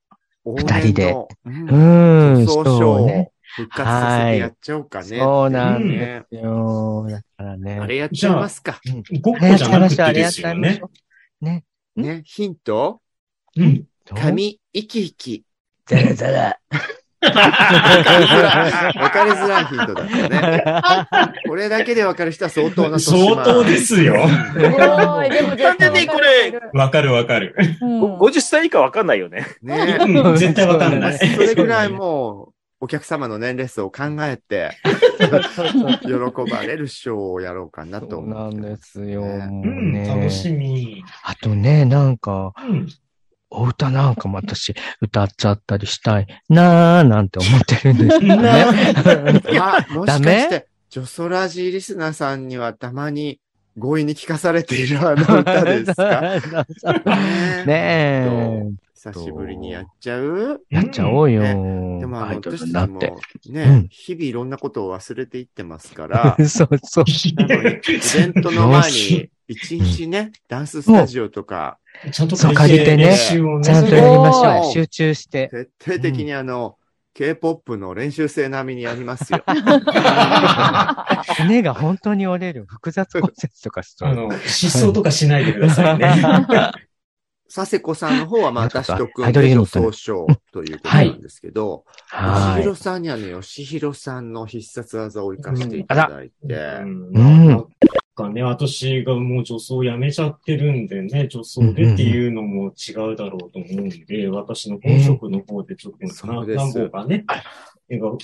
Speaker 3: 応
Speaker 2: 二人で
Speaker 3: 援のう
Speaker 2: うんーん、
Speaker 3: 女装ショー
Speaker 2: そう
Speaker 3: を
Speaker 2: ね。
Speaker 3: 復活させてやっちゃおうかね。
Speaker 2: そうな
Speaker 5: うんん
Speaker 2: で
Speaker 3: ね。
Speaker 2: すよ。だからね。
Speaker 3: あれやっちゃいますか。
Speaker 5: ごっ
Speaker 2: あれや
Speaker 5: こ
Speaker 2: っ
Speaker 5: じ
Speaker 2: ち
Speaker 5: ゃ
Speaker 2: ゃいましょう、あ
Speaker 5: なくて
Speaker 2: れ
Speaker 5: で
Speaker 2: やっ
Speaker 5: す
Speaker 2: ちゃ
Speaker 5: よ
Speaker 2: いま
Speaker 5: ね
Speaker 2: しょ。う。ね。うん
Speaker 3: ね、ヒント
Speaker 5: うん。
Speaker 2: <laughs>
Speaker 3: 髪、生き生き。
Speaker 2: ザラザラ。
Speaker 3: わかりづらい。わかりづらいヒントだったね。これだけでわかる人は相当な年前
Speaker 5: 相当ですよ。
Speaker 6: すごい、でも絶対わかる
Speaker 5: わかるわかる。
Speaker 6: うん
Speaker 4: 50歳以下わかんないよね。
Speaker 3: ね
Speaker 5: うん <laughs> 絶対わかんな
Speaker 3: ま
Speaker 5: い
Speaker 3: あ。それぐらいもう、お客様の年齢数を考えて、 <laughs> 喜ばれるショーをやろうかなと
Speaker 2: そう
Speaker 3: 思
Speaker 2: な
Speaker 3: っ
Speaker 2: ん
Speaker 3: て
Speaker 2: で
Speaker 3: ます
Speaker 2: よ。
Speaker 3: ね
Speaker 2: も
Speaker 5: う、
Speaker 2: うんね
Speaker 5: 楽しみ。
Speaker 2: あとね、なんか、
Speaker 5: うん。
Speaker 2: お歌なんかも私、歌っちゃったりしたいなーなんて思ってるんですけど
Speaker 5: な
Speaker 2: ね。
Speaker 3: あ、もし
Speaker 2: ダ
Speaker 3: かして
Speaker 2: メ、
Speaker 3: ジョソラジーリスナーさんにはたまに
Speaker 2: <laughs>
Speaker 3: 強引に聞かされているあの歌ですか
Speaker 2: そうそうそう
Speaker 3: ねえ
Speaker 2: ねえ。
Speaker 3: 久しぶりにやっちゃう
Speaker 2: やっちゃおうよ。
Speaker 3: でもあ
Speaker 2: ア
Speaker 3: の、
Speaker 2: イドル
Speaker 3: 私
Speaker 2: に
Speaker 3: た
Speaker 2: な
Speaker 3: ち
Speaker 2: って。
Speaker 3: も
Speaker 2: う
Speaker 3: ね
Speaker 2: ん、
Speaker 3: 日々いろんなことを忘れていってま
Speaker 2: <laughs>
Speaker 3: すから、
Speaker 2: そうそう。
Speaker 3: なのに、イベントの前に、一日ね、ダンススタジオとか、
Speaker 5: ちゃんと
Speaker 2: そう
Speaker 5: 借りて
Speaker 2: 借りてね
Speaker 5: 練習をね
Speaker 2: ちゃんとやりまし
Speaker 3: す
Speaker 2: ょ
Speaker 3: ご
Speaker 2: う。
Speaker 3: い
Speaker 2: 集中して。
Speaker 3: 徹底的にあの、K-POP の練習生並みにやりますよ。
Speaker 2: 骨が本当に折れる。複雑骨折とかしそ
Speaker 5: あ
Speaker 2: う。
Speaker 5: の、失踪とかしないでくださいね。
Speaker 3: 佐世子さんの方は、まあ、私と
Speaker 2: ア
Speaker 3: 君
Speaker 2: イドル
Speaker 3: で
Speaker 2: ユニ
Speaker 3: 女
Speaker 2: ットね
Speaker 3: 総称ということなんですけど、吉
Speaker 2: は
Speaker 3: 弘さんにはね、吉弘さんの必殺技を生かしていただいて、
Speaker 5: うん
Speaker 2: うん
Speaker 5: なんかね、私がもう女装やめちゃってるんでね、女装でっていうのも違うだろうと思うんで、私の本職の方でちょっと
Speaker 3: そう
Speaker 5: 何
Speaker 3: です
Speaker 5: 何本かね、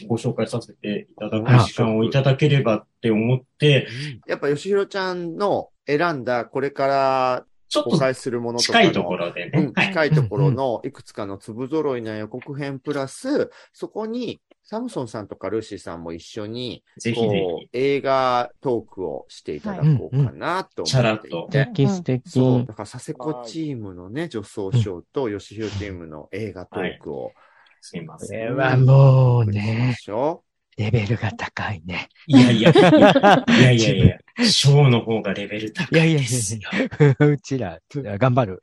Speaker 5: ご紹介させていただく時間をいただければって思って、
Speaker 3: やっぱ吉弘ちゃんの選んだ、これから
Speaker 5: ちょっ
Speaker 3: 公
Speaker 5: と
Speaker 3: 開するものとかの
Speaker 5: 近いところで
Speaker 3: う
Speaker 5: ね
Speaker 3: ん、。近いところのいくつかの粒揃いな予告編プラス、そこにサムソンさんとかルーシーさんも一緒に、
Speaker 5: ぜひぜ
Speaker 3: こう、映画トークをしていただこうかなと
Speaker 5: ひ、チャ
Speaker 3: 思
Speaker 5: ラ
Speaker 3: っ
Speaker 5: ッ
Speaker 3: てい
Speaker 5: と。
Speaker 2: い。
Speaker 3: て。
Speaker 2: 素敵素敵。
Speaker 3: そう、だから佐世子チームのね、女装賞と吉弘チームの映画トークを。
Speaker 5: すいま
Speaker 2: こ
Speaker 5: せ
Speaker 2: れ
Speaker 5: ん。
Speaker 2: はもう
Speaker 3: で
Speaker 2: ね、
Speaker 3: しょ
Speaker 2: レベルが高いね。
Speaker 5: いやいや、いやいやいや、ショーの方がレベル高いですよ。
Speaker 2: <laughs> うちら、頑張る。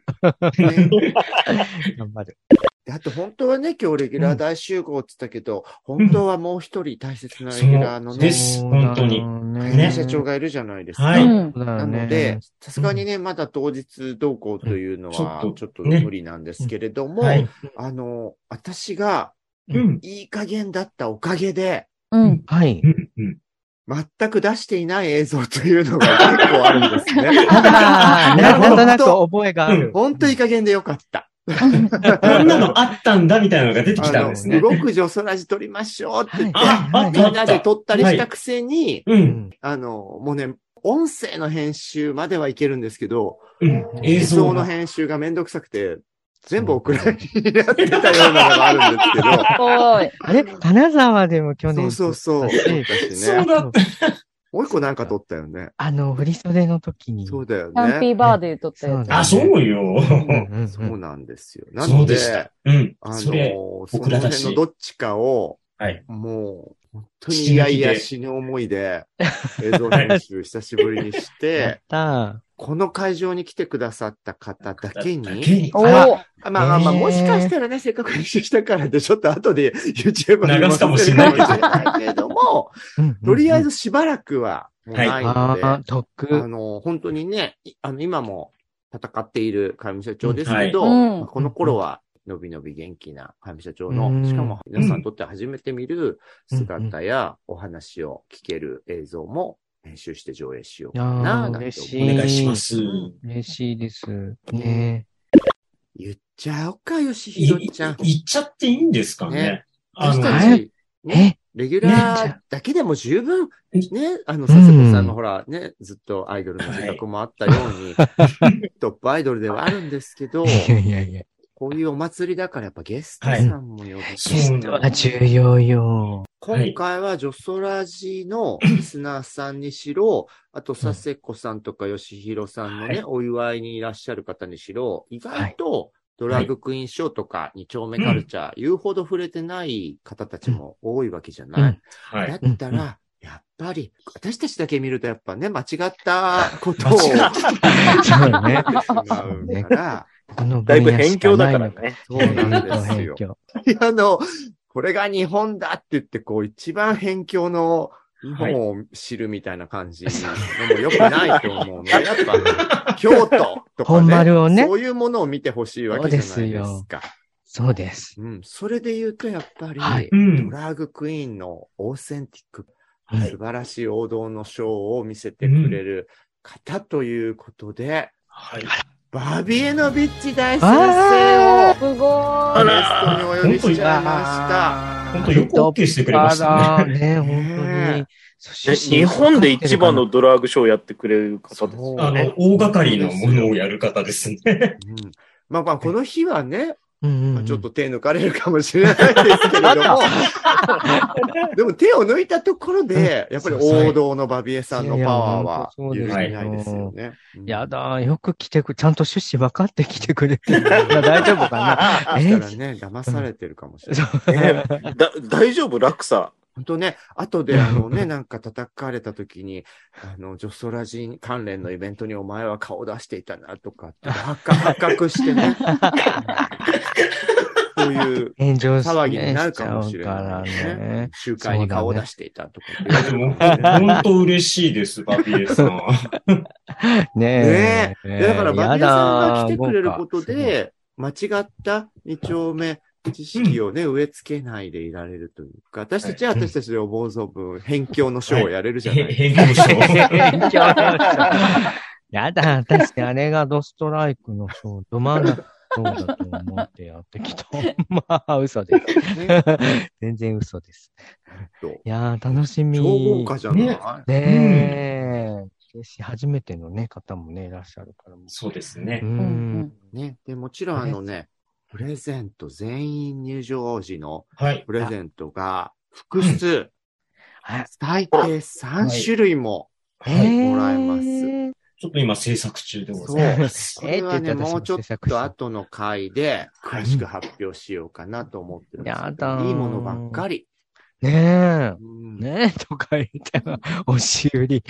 Speaker 3: ね
Speaker 2: 頑張る。
Speaker 3: であと本当はね、今日レギュラー大集合って言ったけど、本当はもう一人大切なレギュラーの
Speaker 5: そうで
Speaker 3: ね、
Speaker 5: す本当に
Speaker 2: ね
Speaker 5: ね
Speaker 3: 社長がいるじゃないですか。
Speaker 5: はい
Speaker 6: うん
Speaker 2: そうだ
Speaker 3: な
Speaker 2: よね
Speaker 3: ので、、さすがにね、まだ当日同行というのは
Speaker 5: うん、
Speaker 3: ち
Speaker 5: ち
Speaker 3: ょ
Speaker 5: ょ
Speaker 3: っ
Speaker 5: っ
Speaker 3: と
Speaker 5: と
Speaker 3: 無理なんですけれども、
Speaker 5: はい。
Speaker 3: あの、私が
Speaker 5: うん。
Speaker 3: いい加減だったおかげで、
Speaker 6: うん。
Speaker 2: はい。。
Speaker 5: うん。うん。
Speaker 3: 全く出していない映像というの
Speaker 5: <laughs>
Speaker 3: が結構あるんですね
Speaker 2: あ
Speaker 3: <laughs> な
Speaker 2: ー
Speaker 3: るほど
Speaker 2: なんとなく覚えがある。
Speaker 3: 本当いい加減でよかった。
Speaker 5: こんなのあったんだみたいなのが出てきたんですね。
Speaker 3: 動く女空地撮りましょうって言って、
Speaker 5: あ、あっ
Speaker 3: み
Speaker 5: たあ
Speaker 3: ん
Speaker 5: っ
Speaker 3: なで
Speaker 5: た。
Speaker 3: 撮ったりしたくせに、
Speaker 5: う。
Speaker 2: うんん
Speaker 3: あの、もうね、音声の編集まではいけるんですけど、
Speaker 5: うん。映
Speaker 3: 映像
Speaker 5: 像
Speaker 3: の
Speaker 5: の。
Speaker 3: 編集がめんどくさくて、全部お蔵入りになってたようなのがあるんですけど、
Speaker 6: おい。
Speaker 2: あれ金沢でも去年。
Speaker 3: そうそうそ
Speaker 2: 撮っ
Speaker 3: う
Speaker 2: たし
Speaker 3: 昔ね
Speaker 5: そうだっ
Speaker 3: もう一個なんか撮ったよね。
Speaker 2: あの、振り袖の時に。
Speaker 3: そうだよ
Speaker 6: キャンピ
Speaker 3: ね。
Speaker 6: ーバーで撮ったや
Speaker 2: そう
Speaker 6: つ。
Speaker 2: だ
Speaker 5: あ、そうよ。
Speaker 2: うんうんうん
Speaker 3: そうなんですよ。な
Speaker 5: そ
Speaker 3: の
Speaker 5: うで
Speaker 3: で、
Speaker 5: した。うん。
Speaker 3: あのー
Speaker 5: それ、
Speaker 3: その
Speaker 5: 僕らだ
Speaker 3: 辺
Speaker 5: し
Speaker 3: のどっちかを、
Speaker 5: はい。
Speaker 3: もう、本当にいやいや死ぬ思いで、映像編集久しぶりにし
Speaker 2: や
Speaker 3: て
Speaker 2: っ、た
Speaker 3: この会場に来てくださった方だけ
Speaker 5: だ
Speaker 3: に、
Speaker 5: けに。
Speaker 6: おお
Speaker 2: あ
Speaker 6: ー。
Speaker 3: あまあまあまあ、
Speaker 2: えー
Speaker 3: もしかしたらね、せっかく練習したからで、ちょっと後で YouTube に
Speaker 5: 流すかもしれないけど
Speaker 3: 載せるかもしれないけれども、
Speaker 2: うんうんうん
Speaker 3: とりあえずしばらくは、もうないの
Speaker 2: あ
Speaker 3: で、
Speaker 2: あ、特
Speaker 3: あ。の、本当にね、いあの、今も戦っている神社長ですけど、
Speaker 6: はいうん
Speaker 3: まあこの頃は、のびのび元気な神社長の
Speaker 2: う、ん
Speaker 3: しかも皆さんにとって初めて見る姿やお話を聞ける映像も編集して上映しようか
Speaker 2: あ
Speaker 3: な、
Speaker 2: ー
Speaker 3: なんて
Speaker 2: 嬉し
Speaker 5: お
Speaker 3: 思う
Speaker 5: 願いします。
Speaker 2: 嬉しいです。ね
Speaker 3: 言っちゃおうか、よしひ
Speaker 5: い、
Speaker 3: ろ
Speaker 5: い
Speaker 3: ちゃん。
Speaker 5: 言っちゃっていいんですか
Speaker 3: ね
Speaker 5: ね。あ
Speaker 3: 私
Speaker 5: の、
Speaker 3: た
Speaker 2: ね
Speaker 3: ち、ね
Speaker 2: え、
Speaker 3: レギュラーだけでも十分、ね、あの、佐世子さんのほら、ね、ずっとアイドルの自覚もあったように、トップアイドルではあるんですけど、
Speaker 2: いやいやいや。
Speaker 3: こういうお祭りだからやっぱゲストさんも呼ぶ、
Speaker 5: そうなん
Speaker 2: あ、重要よ。
Speaker 3: 今回はジョソラジのリスナーさんにしろ、あと佐世子さんとか吉弘さんのね、
Speaker 5: はい
Speaker 3: お祝いにいらっしゃる方にしろ、意外とドラッグクイーンショーとか二丁目カルチャー、言うほど触れてない方たちも多いわけじゃない。
Speaker 2: うん
Speaker 5: はい。
Speaker 3: だったら、やっぱり、私たちだけ見るとやっぱね、間違ったことを
Speaker 5: 間違っ
Speaker 2: そうね。<laughs>
Speaker 3: <laughs> 違うから、
Speaker 2: この
Speaker 4: だい
Speaker 2: 分
Speaker 4: ぶ
Speaker 2: 野
Speaker 4: 辺
Speaker 2: しか
Speaker 4: 境だ
Speaker 2: ない
Speaker 4: から
Speaker 2: の。
Speaker 4: ね。
Speaker 3: そう
Speaker 2: <laughs>
Speaker 3: なんですよ。
Speaker 2: よ。
Speaker 3: あの、これが日本だって言って、こう、一番辺境の日本を知るみたいな感じのも良くないと思うので、やっぱ、京都とか
Speaker 2: 本
Speaker 3: ね、
Speaker 2: 丸をね。
Speaker 3: そういうものを見てほしいわけじゃないですか。
Speaker 2: そうです。
Speaker 3: うん、それで言うと、やっぱり、
Speaker 2: はい
Speaker 5: うん
Speaker 3: ド。ラァグクイーンのオーセンティック、
Speaker 2: はい
Speaker 3: 素晴らしい王道のショーを見せてくれる方ということで、
Speaker 5: はい。
Speaker 3: バビエノビッチ大先
Speaker 2: あ
Speaker 3: 生を
Speaker 6: すご
Speaker 5: あ
Speaker 6: ーい。
Speaker 5: ら
Speaker 3: ゲストにお呼びしちゃいました。
Speaker 5: 本当よく OK してくれましたね。
Speaker 2: ね。ね、本当
Speaker 3: ね
Speaker 2: に。
Speaker 4: で日本で一番のドラァグショーやってくれる方ですよ
Speaker 5: あ
Speaker 3: そう
Speaker 5: の、大掛かりのものをやる方ですね。
Speaker 3: うんまあまあ、この日はね、
Speaker 2: うん
Speaker 3: まあちょっと手抜かれるかもしれない
Speaker 2: <laughs>
Speaker 3: ですけれども、 <laughs> でも手を抜いたところで、やっぱり王道のバビエさんのパワーは
Speaker 2: そう
Speaker 3: 揺
Speaker 2: です
Speaker 3: る
Speaker 5: よ
Speaker 3: ぎないですよね。
Speaker 2: やだ、よく来てく、ちゃんと趣旨分かってきてくれ
Speaker 3: <laughs>
Speaker 2: てる。まあ大丈夫かな。
Speaker 3: だ
Speaker 2: え
Speaker 3: からね、騙されてるかもしれない。
Speaker 2: そう
Speaker 4: ね <laughs> だ大丈夫落差。
Speaker 3: 本当ね、後であのね、なんか叩かれた時に、あの、ジョソラジン関連のイベントにお前は顔出していたなとかって発覚、発覚し
Speaker 2: <laughs>
Speaker 3: てね。そういう
Speaker 2: 炎上し
Speaker 3: 騒ぎになるかもしれない
Speaker 2: しち
Speaker 3: です
Speaker 2: ゃうから
Speaker 3: ね
Speaker 2: ね。。
Speaker 3: 集会に顔を出していたとか。
Speaker 5: で
Speaker 3: <laughs>
Speaker 5: も、本当嬉しいです、バビエさん。
Speaker 2: ね
Speaker 3: ね
Speaker 2: え。
Speaker 3: え。だから、バビエさんが来てくれること
Speaker 2: やだ、
Speaker 3: で、間違った二丁目知識をね、植え付けないでいられるというか、私たちは私たちで思う存分、偏境のショーをやれるじゃない
Speaker 5: 変更し
Speaker 2: 勉強やだ、確かにあれがドストライクのそう、ど真ん中そうだと思ってやってきた。まあ、嘘です。
Speaker 3: <laughs> ね。
Speaker 2: 全然嘘です。
Speaker 3: そう
Speaker 2: いやー、楽しみ。
Speaker 3: 超豪華じゃない、
Speaker 5: ね
Speaker 2: ねえ、し初めてのね、方もね、いらっしゃるからも。
Speaker 5: そうですね
Speaker 2: う。。
Speaker 6: うん
Speaker 3: ね。で、もちろんあのね、プレゼント全員入場時の
Speaker 5: はい。
Speaker 3: プレゼントが複数、
Speaker 2: あ
Speaker 3: 最低3種類も
Speaker 5: はい。
Speaker 3: もらえます
Speaker 2: え
Speaker 5: ちょっと今制作中でご
Speaker 3: そ
Speaker 5: ざいます。
Speaker 2: ー
Speaker 3: う。それはね、
Speaker 2: えーって言って私
Speaker 3: もうちょっと後の回で、詳しく発表しようかなと思ってるんですけ
Speaker 2: や
Speaker 3: ど
Speaker 2: だー
Speaker 3: いいものばっかり。
Speaker 2: ね
Speaker 3: うん
Speaker 2: え、ねえ、とか言って、押し売り。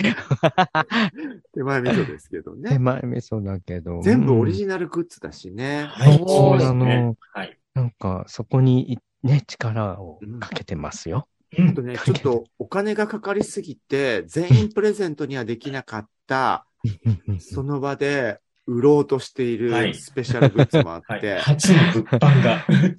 Speaker 3: 手前味噌ですけど
Speaker 2: 手
Speaker 3: ね。
Speaker 2: 前味噌だけど。
Speaker 3: 全部オリ
Speaker 2: ナ
Speaker 3: ジナルグッズだしね。
Speaker 5: はい。
Speaker 2: そう
Speaker 5: で
Speaker 2: な
Speaker 5: すね。
Speaker 2: の。
Speaker 5: はい。
Speaker 2: なんか、そこにい、ね、力をかけてますよ。
Speaker 5: う
Speaker 3: あ
Speaker 5: ん
Speaker 3: とね、ちょっとお金がかかりすぎて、全員プレゼントにはできなかった、その場で売ろうとしてい
Speaker 5: はい
Speaker 3: るスペシャルグッズもあ
Speaker 5: は
Speaker 3: って、
Speaker 5: い。初の物販が。
Speaker 3: これ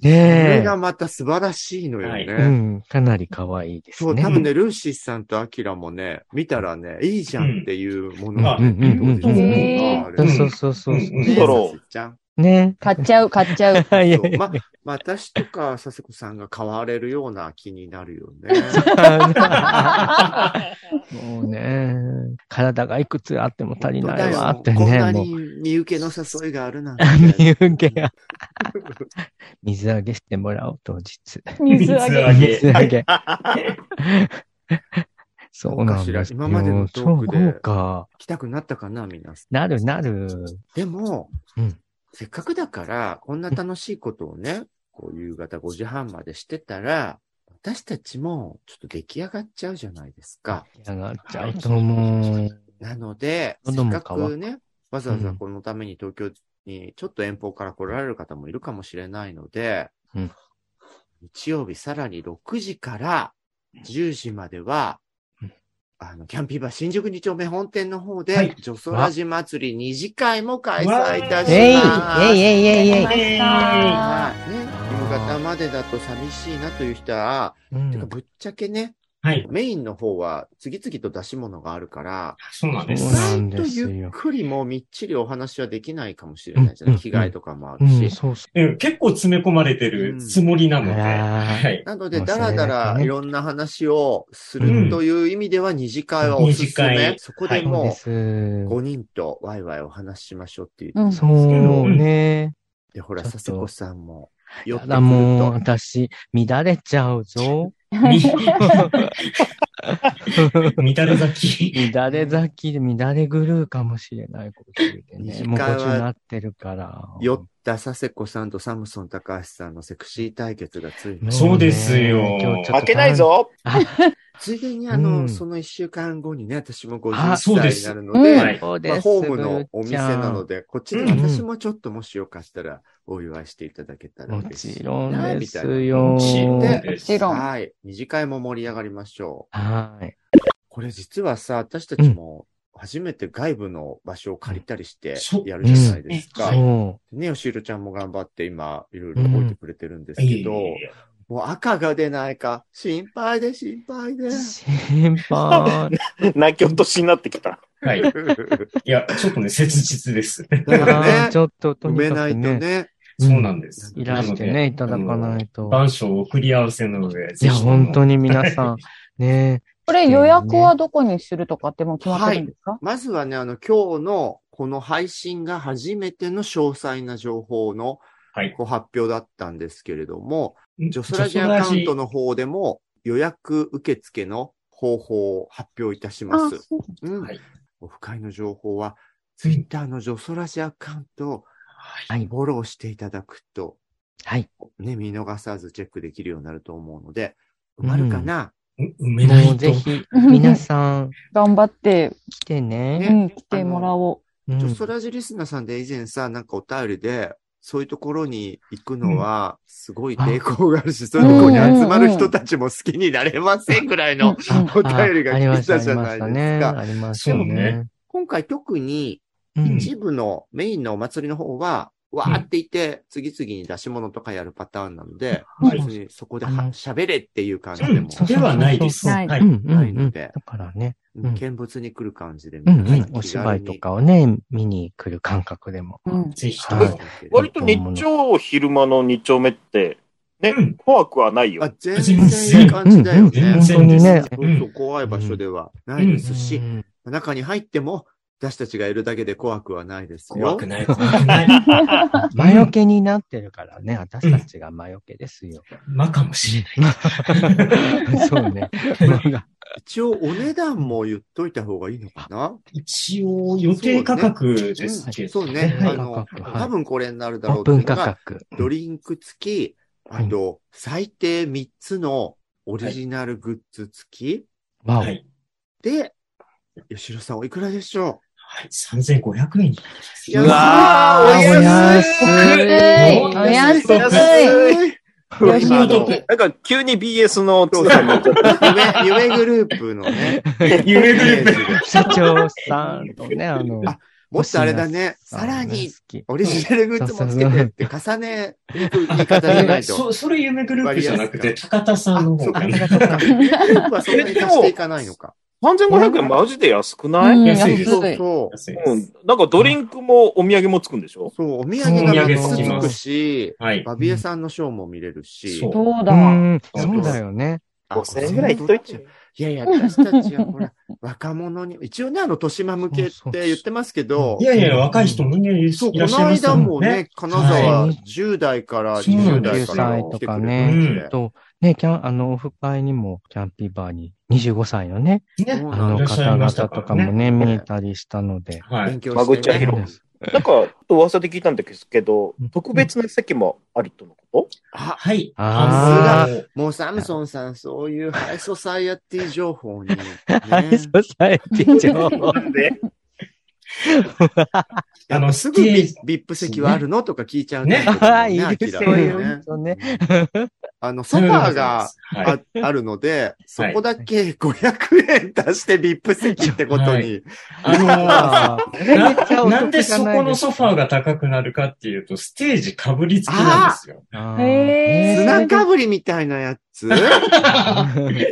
Speaker 2: ね
Speaker 3: がまた素晴らしいのよね。
Speaker 2: え。うん、かなり可愛いです
Speaker 3: そう、
Speaker 2: ね。
Speaker 3: 多分ね、ルーシーさんとアキラもね、見たらね、いいじゃんっていうものが
Speaker 5: うん
Speaker 2: うんうんうん
Speaker 3: どうで
Speaker 6: へ
Speaker 3: す
Speaker 2: そ
Speaker 3: か
Speaker 2: う
Speaker 5: ー
Speaker 2: そうそうそう。
Speaker 5: うんうん
Speaker 3: ね
Speaker 4: だろう
Speaker 3: さすちゃん
Speaker 2: ね
Speaker 6: 買っちゃう、買っちゃ
Speaker 2: <laughs>
Speaker 6: う。
Speaker 2: え。いやい
Speaker 3: そう
Speaker 2: や
Speaker 3: ま、まあ、私とか、させこさんが買われるような気になるよね。
Speaker 2: もうね、体がいくつあっても足り
Speaker 3: 本当
Speaker 2: な
Speaker 3: だ
Speaker 2: い
Speaker 3: よ
Speaker 2: わって
Speaker 3: こんな
Speaker 2: ね、もう。
Speaker 3: に身請けの誘いがあるなん
Speaker 2: 身
Speaker 3: て。
Speaker 2: 受けが。水揚げしてもらおう、当日。
Speaker 6: 水揚げ。
Speaker 2: 水揚
Speaker 3: <laughs>
Speaker 2: げ。そうな
Speaker 3: どうか
Speaker 2: ん
Speaker 3: し
Speaker 2: で
Speaker 3: ら
Speaker 2: すよ。
Speaker 3: 今までのトークで
Speaker 2: 超豪華。
Speaker 3: 来たくなったかな、皆さん。
Speaker 2: なるなる。
Speaker 3: でも、
Speaker 2: うん
Speaker 3: せっかくだから、こんな楽しいことをね、こう夕方5時半までしてたら、私たちもちょっと出来上がっちゃうじゃないですか。
Speaker 2: 上がっちゃうと思う。
Speaker 3: なので、せ
Speaker 2: 喉
Speaker 3: っ
Speaker 2: も
Speaker 3: か
Speaker 2: 渇く
Speaker 3: くね、わざわざ
Speaker 2: うん
Speaker 3: このために東京にちょっと遠方から来られる方もいるかもしれないので、
Speaker 2: うん
Speaker 3: 日曜日さらに6時から10時までは
Speaker 2: うん、
Speaker 3: あの、キャンピーバー新宿2丁目本店の方
Speaker 5: は
Speaker 3: で
Speaker 5: い、
Speaker 3: ジョソラジ祭り2次会も開催いたします。
Speaker 2: えい、えいえいえい
Speaker 3: い
Speaker 2: えい。
Speaker 5: イエ
Speaker 6: は
Speaker 3: はい。ね、夕方までだと寂しいなという人は、
Speaker 2: うん
Speaker 3: てかぶっちゃけね、
Speaker 5: はい。
Speaker 3: メインの方は次々と出し物があるから、
Speaker 5: そうなんで
Speaker 2: そうな
Speaker 5: す。
Speaker 2: んですよ
Speaker 3: 意外とゆっくりもうみっちりお話はできないかもしれないじゃない、
Speaker 2: うん
Speaker 3: 着替えとかもあ
Speaker 2: う
Speaker 3: るし。
Speaker 2: ん、そうそ
Speaker 5: うん結構詰め込まれてるつもりな
Speaker 2: う。
Speaker 5: ので。
Speaker 2: あ
Speaker 3: <laughs>
Speaker 5: はい。
Speaker 3: なので、
Speaker 2: もうそ
Speaker 3: だ
Speaker 2: れだ
Speaker 3: ら
Speaker 2: けね
Speaker 3: だらいろんな話をす
Speaker 5: う
Speaker 3: る
Speaker 5: ん
Speaker 3: という意味では、二次会はおすす
Speaker 5: 二次
Speaker 3: め
Speaker 5: 会。
Speaker 3: そこで
Speaker 2: ーそうで
Speaker 3: も
Speaker 2: す。
Speaker 3: う、5人とワイワイお話ししましょうっていう。
Speaker 6: うん。
Speaker 2: そうね。
Speaker 3: で、ほら、
Speaker 2: ちょっ
Speaker 3: さ
Speaker 2: と
Speaker 3: せこさんも、よ
Speaker 2: やだ、もう、私、乱れちゃうぞ。
Speaker 5: み乱れ咲き。
Speaker 2: 乱れ咲き、乱れ狂うかもしれない、こっちで
Speaker 3: 二
Speaker 2: ね。
Speaker 3: 次
Speaker 2: もうこ
Speaker 3: 会は
Speaker 2: っちになってるから。
Speaker 3: 酔ったさせこさんとサムソン高橋さんのセクシー対決がつい
Speaker 2: も
Speaker 3: に
Speaker 2: ね
Speaker 5: そうですよ
Speaker 2: 今日ちょっと
Speaker 4: 負けないぞ
Speaker 3: ついでにあの、
Speaker 2: うん
Speaker 3: その一週間後にね、私も
Speaker 2: あ
Speaker 3: 50
Speaker 5: そう
Speaker 3: 歳
Speaker 5: で
Speaker 3: に
Speaker 5: す
Speaker 3: なるので、
Speaker 6: うん
Speaker 5: はい
Speaker 2: そうで
Speaker 3: ま
Speaker 2: す。
Speaker 3: あ、ホームのお店なの
Speaker 2: で。
Speaker 3: で、こっちで私もちょっともしよかったらお祝いしていただけたら
Speaker 2: も
Speaker 3: 嬉し
Speaker 2: ち
Speaker 3: い
Speaker 2: ろ
Speaker 3: な、
Speaker 2: んで
Speaker 3: みたい
Speaker 2: す
Speaker 3: な。
Speaker 2: よ。
Speaker 3: で
Speaker 5: も
Speaker 6: ちろん
Speaker 3: はい。二次会も盛り上がりましょう。
Speaker 2: はい。
Speaker 3: これ実はさ、私たちも初めて外部の場所を借りたりして
Speaker 5: そう
Speaker 3: やるじゃないですか。
Speaker 5: うん
Speaker 2: そ
Speaker 3: ね、よしひろちゃんも頑張って今、いろいろ動いてくれてるんですけど、もう赤が出ないか、心配で心配で
Speaker 2: う。。心配。
Speaker 4: 泣き落としになってきた。
Speaker 5: はい。いや、ちょっとね、切実です。
Speaker 3: <laughs> だか
Speaker 2: あ
Speaker 3: ら
Speaker 2: ー
Speaker 3: ね
Speaker 2: ち、ょっと、と
Speaker 3: 埋
Speaker 2: に
Speaker 3: め
Speaker 2: か
Speaker 3: ない
Speaker 2: く
Speaker 3: と
Speaker 2: ね、
Speaker 3: ね。
Speaker 5: そうなんです。
Speaker 2: いらしてね、いただかない
Speaker 5: なの
Speaker 2: と
Speaker 5: で。。番賞送り合わせなので、
Speaker 2: いや、本当
Speaker 5: に。
Speaker 2: に皆さん、 <laughs> ね
Speaker 6: これ予約はどこにするとかってもう決まってるんですか
Speaker 3: まずはね、あの、今日のこの配信が初めての詳細な情報の
Speaker 5: はい。
Speaker 3: ご発表だったんですけれども、ジョ
Speaker 5: 女
Speaker 3: ソラジアカウントの方でも予約受付の方法を発表いたしま
Speaker 6: あ、
Speaker 3: す。
Speaker 6: そう
Speaker 3: うん
Speaker 5: はい。
Speaker 3: オフ会の情報は、ツイッターのジョソラジアカウントを
Speaker 2: はい。
Speaker 3: フォローしていただくと、
Speaker 2: はい。
Speaker 3: ね、見逃さずチェックできるようになると思うので、埋まるかな、
Speaker 5: う埋めな
Speaker 2: もう
Speaker 5: いと
Speaker 2: ぜ。ひ、皆さん、
Speaker 6: 頑張って、
Speaker 2: 来てね。
Speaker 6: うん、来てもらお
Speaker 2: うん
Speaker 3: ジョソラジリスナーさんで以前さ、なんかお便りで、そういうところに行くのは、すごい抵抗があるし、そういうところに集まる人たちも好きになれませんぐらいの
Speaker 6: う。うん
Speaker 2: あ
Speaker 3: お便りが来てたじゃないですか
Speaker 2: ありましたね。ありましたね。
Speaker 3: 今回特に
Speaker 2: うん
Speaker 3: 一部のメインのお祭りの方は、わーっていて、次々に出し物とかやるパターンなので、
Speaker 5: はい
Speaker 3: 別にそこでは
Speaker 2: あの
Speaker 3: 喋れっていう感じで
Speaker 5: うん
Speaker 3: も、
Speaker 5: ではないです。
Speaker 6: な
Speaker 5: はい
Speaker 2: うん
Speaker 5: い。
Speaker 2: うん
Speaker 3: ない
Speaker 2: うん
Speaker 3: ので
Speaker 2: だからね、ん
Speaker 3: 見物に来る感じで、
Speaker 2: うんう
Speaker 3: 皆さ
Speaker 2: ん
Speaker 3: 気軽に
Speaker 2: ん、お芝居とかをね、見に来る感覚でも。
Speaker 6: うん
Speaker 5: ぜひと
Speaker 2: はい
Speaker 5: も。
Speaker 4: 割と日曜昼間の二丁目って、ね
Speaker 5: うん、
Speaker 4: 怖くはないよ
Speaker 3: あ。全然いい感じだよ
Speaker 2: うん
Speaker 5: 全
Speaker 3: ね。
Speaker 2: 本
Speaker 5: 然
Speaker 2: 当にね
Speaker 5: 全。
Speaker 3: そうそう怖い場所ではないですし
Speaker 2: う、ん
Speaker 3: 中に入っても、私たちがいるだけで怖くはないですよ。
Speaker 5: 怖くない、怖くない。
Speaker 2: 魔除けになってるからね、私たちが魔除けですよ。
Speaker 5: まあかもし
Speaker 2: <laughs>
Speaker 5: れない。
Speaker 2: そうね。なんか
Speaker 3: 一応お値段も言っといた方がいいのかな
Speaker 5: 一応、予定価格ですけ
Speaker 3: そ
Speaker 5: ど。
Speaker 3: うね。
Speaker 5: はい
Speaker 3: あの
Speaker 2: はい、
Speaker 3: 多分これになるだろう
Speaker 2: オー
Speaker 3: って
Speaker 2: プ
Speaker 3: いう
Speaker 2: ン
Speaker 3: の
Speaker 2: 価
Speaker 3: が、
Speaker 2: 格。
Speaker 3: ドリンク付き、あと、最低3つのオリジナルグッズ付き
Speaker 2: わお
Speaker 5: は。い。
Speaker 3: で、吉野さんおいくらでしょ
Speaker 5: はい。3500円になります。
Speaker 3: う
Speaker 5: い
Speaker 3: いや
Speaker 5: や、
Speaker 4: うわ
Speaker 2: ー
Speaker 3: お
Speaker 6: 安いお安い
Speaker 3: 安い
Speaker 6: よし
Speaker 3: 今の
Speaker 4: なんか急に BS の
Speaker 3: そう
Speaker 4: 通販の <laughs>
Speaker 3: 夢、夢グループのね、
Speaker 5: 夢グループ。
Speaker 2: 社長さんとね、あの、
Speaker 3: あもっとあれだね、さら
Speaker 2: あの
Speaker 3: に
Speaker 2: 好き
Speaker 3: オリジナルグッズもつけてって重ねる言い方じゃないと。
Speaker 5: そ、 <laughs> それ夢グループじゃなくて、高田さんの方かな。
Speaker 3: そっか夢グループはそんなに足していかないのか。
Speaker 4: 3500円マジで安くない、
Speaker 6: うん
Speaker 5: 安いです
Speaker 3: そうそう。
Speaker 5: 安いで
Speaker 4: う
Speaker 5: す
Speaker 4: ん。なんかドリンクもお土産もつくんでしょ
Speaker 3: そう、お土産が3つつくし、
Speaker 5: はい。
Speaker 3: バビエさんのショーも見れるし、
Speaker 5: そう
Speaker 6: そう
Speaker 2: う
Speaker 6: だ。
Speaker 2: ん、そうだよね。
Speaker 3: あいやいや、私たちはほら、若者に、一応ね、あの、豊島向けって言ってますけど
Speaker 5: い、やいや、若い人もね、いらっし
Speaker 3: そう、こ
Speaker 5: ゃい
Speaker 3: の
Speaker 5: ます
Speaker 3: 間も
Speaker 5: もん
Speaker 3: ね
Speaker 5: ね。、
Speaker 3: 金沢10代から20代から来てくれるて。
Speaker 2: と、ね、キャン、あの、オフ会にも、キャンピーバーに25歳のね、
Speaker 5: ね。
Speaker 2: あの
Speaker 5: いらっし
Speaker 2: 方
Speaker 5: ゃいま
Speaker 2: 々
Speaker 5: したから
Speaker 2: とかもね、
Speaker 3: ね
Speaker 2: 見えたりしたので。
Speaker 5: は
Speaker 3: 勉
Speaker 5: い。
Speaker 3: 強して、ね。
Speaker 4: なんか、噂で聞いたんですけど
Speaker 2: うん、
Speaker 4: 特別な席もあるとのこと
Speaker 3: あ、
Speaker 5: はい。
Speaker 2: あ
Speaker 5: ー。
Speaker 3: もうサムソンさん、そういうハイソサイエティ情報
Speaker 5: <laughs>
Speaker 3: に、ね、
Speaker 2: ハイソサエティ情報。
Speaker 4: なんで
Speaker 5: あの、
Speaker 3: す
Speaker 5: す
Speaker 3: ぐ
Speaker 5: ぐ
Speaker 3: ビビップ席はあるのとか聞いちゃうタイプだ
Speaker 2: あ
Speaker 3: も
Speaker 2: あ、
Speaker 3: ん
Speaker 2: い
Speaker 3: ね、
Speaker 2: いで
Speaker 3: 明
Speaker 2: す
Speaker 3: ら
Speaker 2: よ
Speaker 3: かに
Speaker 2: ね。
Speaker 3: ね。
Speaker 2: そうね。
Speaker 3: あの、ソファーが、
Speaker 5: は
Speaker 3: あ
Speaker 5: い。
Speaker 3: あ <laughs> るので、そこだけ500円足してビップ席ってことに。
Speaker 5: あ
Speaker 2: ああ、
Speaker 5: の
Speaker 2: めっちゃ
Speaker 5: な、
Speaker 2: お得じゃい
Speaker 5: なん <laughs> でそこのソファー
Speaker 2: が。
Speaker 5: が高くなるかっていうと、ステージ被り付きなんですよ。
Speaker 2: ああ
Speaker 6: へ
Speaker 3: ツ
Speaker 6: ー
Speaker 3: ナかぶりみたいなやつ
Speaker 2: <laughs>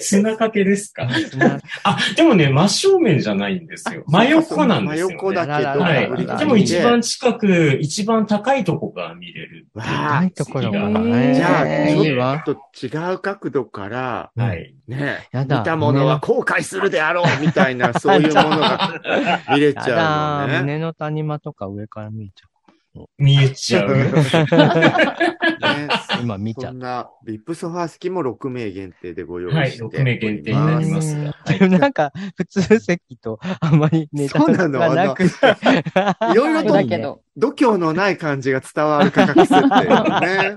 Speaker 5: 砂掛けですか
Speaker 2: 砂
Speaker 5: あ、でもね、真正面じゃないんですよ。 <laughs> 真横なんですよ、ね。
Speaker 3: 真横だけど、
Speaker 5: は
Speaker 2: 真横だ
Speaker 5: い。でも一番近く、一番高いとこが見れる。
Speaker 3: わ
Speaker 2: 高
Speaker 3: あ
Speaker 2: いところ
Speaker 5: が
Speaker 2: が
Speaker 6: へ
Speaker 2: ね。
Speaker 6: ー
Speaker 3: <laughs> じゃあ、ち
Speaker 2: いい
Speaker 3: ょ
Speaker 2: わ
Speaker 3: っ。と違う角度から、
Speaker 5: は
Speaker 2: うん。
Speaker 5: い。
Speaker 3: ね、
Speaker 2: や
Speaker 3: 見
Speaker 2: だ
Speaker 3: たものは後悔するであろうみた
Speaker 2: <laughs>
Speaker 3: いな、そういうものが見れち
Speaker 2: や
Speaker 3: ゃ
Speaker 2: だ
Speaker 3: うの
Speaker 2: ー、
Speaker 3: ね。
Speaker 2: 胸の谷間とか上から見ちゃ
Speaker 5: 見えちゃ
Speaker 2: <laughs>
Speaker 5: う。
Speaker 3: ね
Speaker 2: う。今見ちゃ
Speaker 3: そ。
Speaker 2: うん
Speaker 3: な、ビップソファー付きも6名限定でご用
Speaker 5: は
Speaker 3: 意
Speaker 5: い。
Speaker 3: してお
Speaker 5: 6名限定
Speaker 3: り
Speaker 5: にな
Speaker 3: ま
Speaker 5: り
Speaker 3: す。
Speaker 5: ます。はい
Speaker 2: でもなんか、普通席とあまりネタ
Speaker 3: そうなの
Speaker 2: がなくて。
Speaker 3: <laughs> いろいろと
Speaker 6: だけど。
Speaker 3: 度胸のない感じが伝わる価格設定
Speaker 2: <laughs>
Speaker 3: だね。